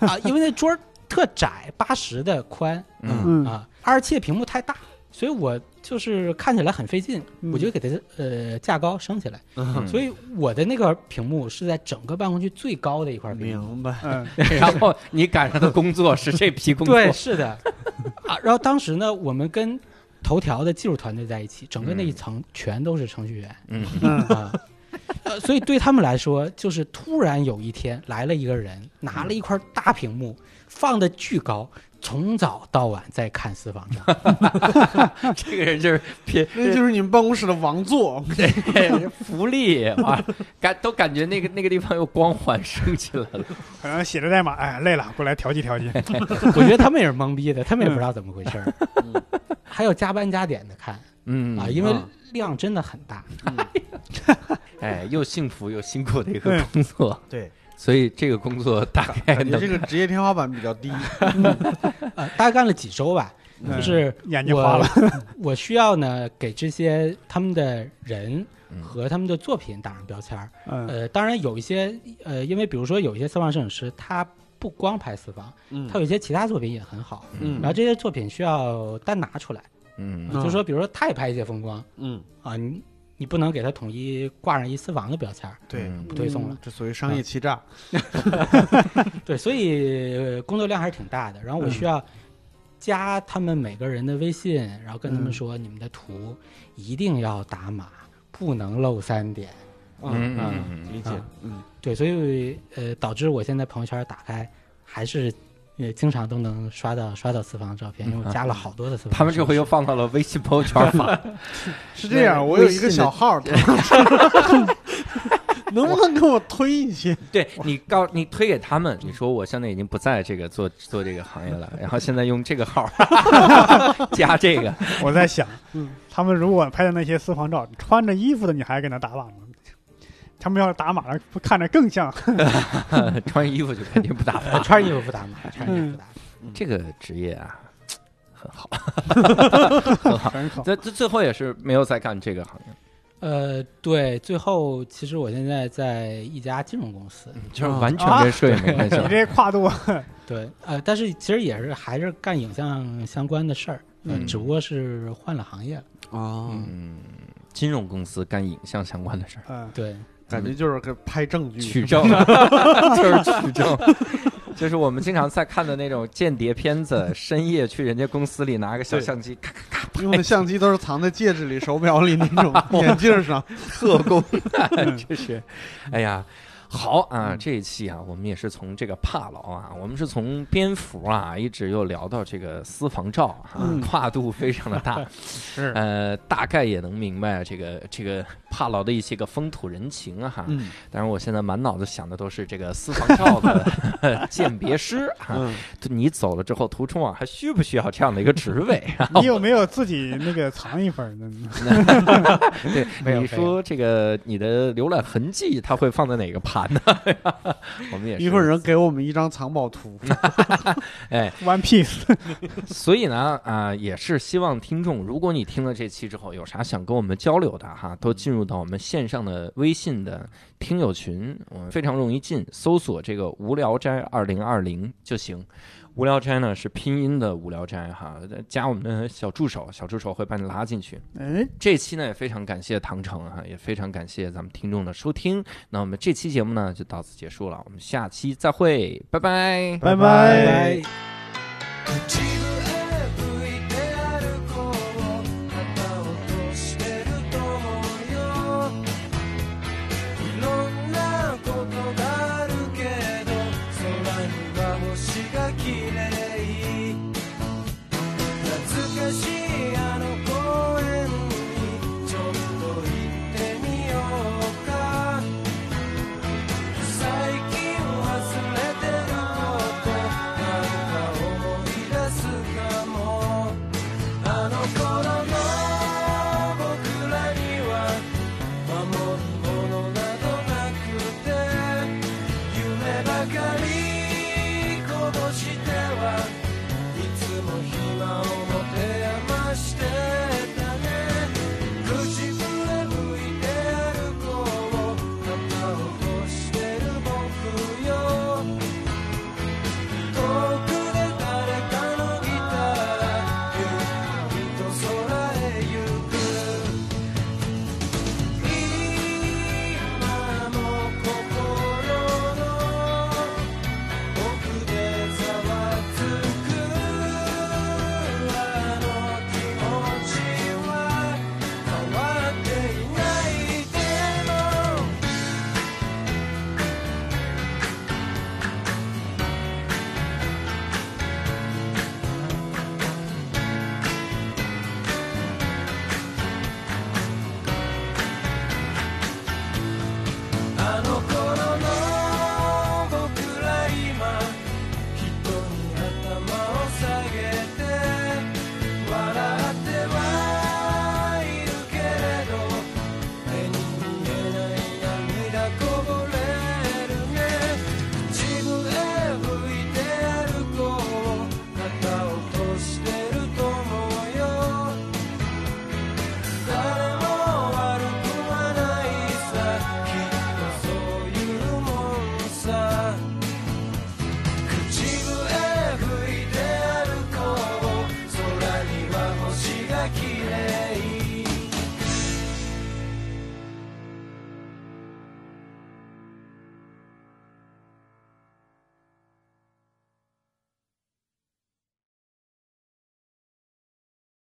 Speaker 4: 啊，因为那桌儿特窄，八十的宽
Speaker 1: 嗯
Speaker 2: 嗯
Speaker 4: 啊，二十七的屏幕太大，所以我就是看起来很费劲，
Speaker 2: 嗯
Speaker 4: 我就给它呃架高升起来。
Speaker 1: 嗯
Speaker 4: 所以我的那个屏幕是在整个办公区最高的一块屏 幕。
Speaker 3: 明白，
Speaker 2: 嗯，
Speaker 1: 然后你赶上的工作是这批工作，
Speaker 4: 对，是的。 啊，然后当时呢，我们跟头条的技术团队在一起，整个那一层全都是程序员
Speaker 1: 嗯，
Speaker 4: 啊。呃，所以对他们来说，就是突然有一天来了一个人，拿了一块大屏幕，放的巨高，从早到晚在看私房账。
Speaker 1: 这个人就是 偏
Speaker 3: 那就是你们办公室的王 座。
Speaker 1: 福利啊，感都感觉那个那个地方有光环升起来了。
Speaker 2: 可能写着代码，哎，累了，过来调剂调剂。
Speaker 4: 我觉得他们也是懵逼的，他们也不知道怎么回事儿。还有加班加点的看
Speaker 1: 嗯
Speaker 4: 啊，因为
Speaker 3: 嗯
Speaker 4: 量真的很大。
Speaker 1: 哎，又幸福又辛苦的一个工作，
Speaker 3: 对，
Speaker 1: 所以这个工作大概
Speaker 3: 感觉
Speaker 1: 能
Speaker 3: 这个职业天花板比较 低。
Speaker 4: 呃，大概干了几周吧，
Speaker 2: 嗯
Speaker 4: 就是
Speaker 2: 眼睛花了。
Speaker 4: 我需要呢给这些他们的人
Speaker 1: 嗯
Speaker 4: 和他们的作品打上标签儿。
Speaker 2: 嗯
Speaker 4: 呃，当然有一些呃，因为比如说有一些私房摄影师，他不光拍私房，
Speaker 3: 嗯
Speaker 4: 他有一些其他作品也很好。
Speaker 3: 嗯
Speaker 4: 然后这些作品需要单拿出来，
Speaker 1: 嗯
Speaker 3: 嗯
Speaker 4: 就说比如说他也拍一些风光
Speaker 3: 嗯，
Speaker 4: 啊，你你不能给他统一挂上一私房的标签儿，
Speaker 3: 对，
Speaker 1: 嗯
Speaker 4: 不推送了。
Speaker 3: 这属于商业欺诈。
Speaker 4: 对，所以呃工作量还是挺大的。然
Speaker 1: 嗯
Speaker 4: 后我需要加他们每个人的微信，然后跟
Speaker 1: 嗯
Speaker 4: 他们说，你们的图一定要打码，不能漏三点。
Speaker 1: 嗯嗯嗯
Speaker 3: 理解
Speaker 4: 啊。
Speaker 3: 嗯，
Speaker 4: 对，所以呃，导致我现在朋友圈打开还是呃，经常都能刷到刷到私房照片，因为我加了好多的私房照片。
Speaker 1: 他们这回又放到了微信朋友圈发，
Speaker 3: 是这样，我有一个小 号，能不能给我推一些？
Speaker 1: 对你告你推给他们，你说我现在已经不在这个做做这个行业了，然后现在用这个号 加这个，
Speaker 2: 我在想
Speaker 3: 嗯，
Speaker 2: 他们如果拍的那些私房照，穿着衣服的你还给他打码吗？他们要是打码了，不看着更像。
Speaker 1: 穿衣服就肯定不打
Speaker 4: 呃
Speaker 1: 发。
Speaker 4: 穿衣服不打
Speaker 1: 嗯
Speaker 4: 码，穿衣服不打码。
Speaker 1: 这个职业啊，
Speaker 2: 很好。
Speaker 1: 最最最后也是没有再干这个行业，
Speaker 4: 呃，对，最后其实我现在在一家金融公司，
Speaker 1: 就是完全跟摄影没关系
Speaker 2: 你
Speaker 1: 了。
Speaker 2: 这跨度，啊
Speaker 4: 对，呃，但是其实也是还是干影像相关的事儿，呃
Speaker 1: 嗯
Speaker 4: 只不过是换了行业了。
Speaker 3: 啊
Speaker 1: 嗯，金融公司干影像相关的事儿，
Speaker 2: 嗯，
Speaker 4: 对，
Speaker 3: 感觉就是个拍证据，
Speaker 1: 取证，就是取证，就是我们经常在看的那种间谍片子，深夜去人家公司里拿个小相机，咔
Speaker 3: 用的相机都是藏在戒指里、手表里那 种，眼镜上。
Speaker 1: 特工，这是，哎呀。好啊，这一期啊，我们也是从这个帕劳啊，我们是从蝙蝠啊，一直又聊到这个私房照啊，
Speaker 2: 嗯
Speaker 1: 跨度非常的大，是呃，大概也能明白这个这个帕劳的一些个风土人情啊哈。
Speaker 3: 嗯
Speaker 1: 当然，我现在满脑子想的都是这个私房照的 鉴别师啊，
Speaker 3: 嗯，
Speaker 1: 你走了之后，图冲网还需不需要这样的一个职位？啊
Speaker 2: 你有没有自己那个藏一份儿呢？
Speaker 1: 对，
Speaker 4: 没有
Speaker 1: 你说这个你的浏览痕迹，它会放在哪个盘呢？ 我们也是
Speaker 3: 一会儿人给我们一张藏宝 图。
Speaker 2: One Piece，
Speaker 1: 所以呢，啊、也是希望听众，如果你听了这期之后有啥想跟我们交流的哈，都进入到我们线上的微信的听友群，我们非常容易进，搜索这个“无聊斋二零二零”就行。无聊斋呢是拼音的无聊斋哈，加我们的小助手，小助手会把你拉进去。
Speaker 2: 哎，
Speaker 1: 这期呢也非常感谢唐城哈，也非常感谢咱们听众的收听。那我们这期节目呢就到此结束了，我们下期再会，拜拜。
Speaker 2: 拜
Speaker 3: 拜
Speaker 4: 拜。
Speaker 5: Contigo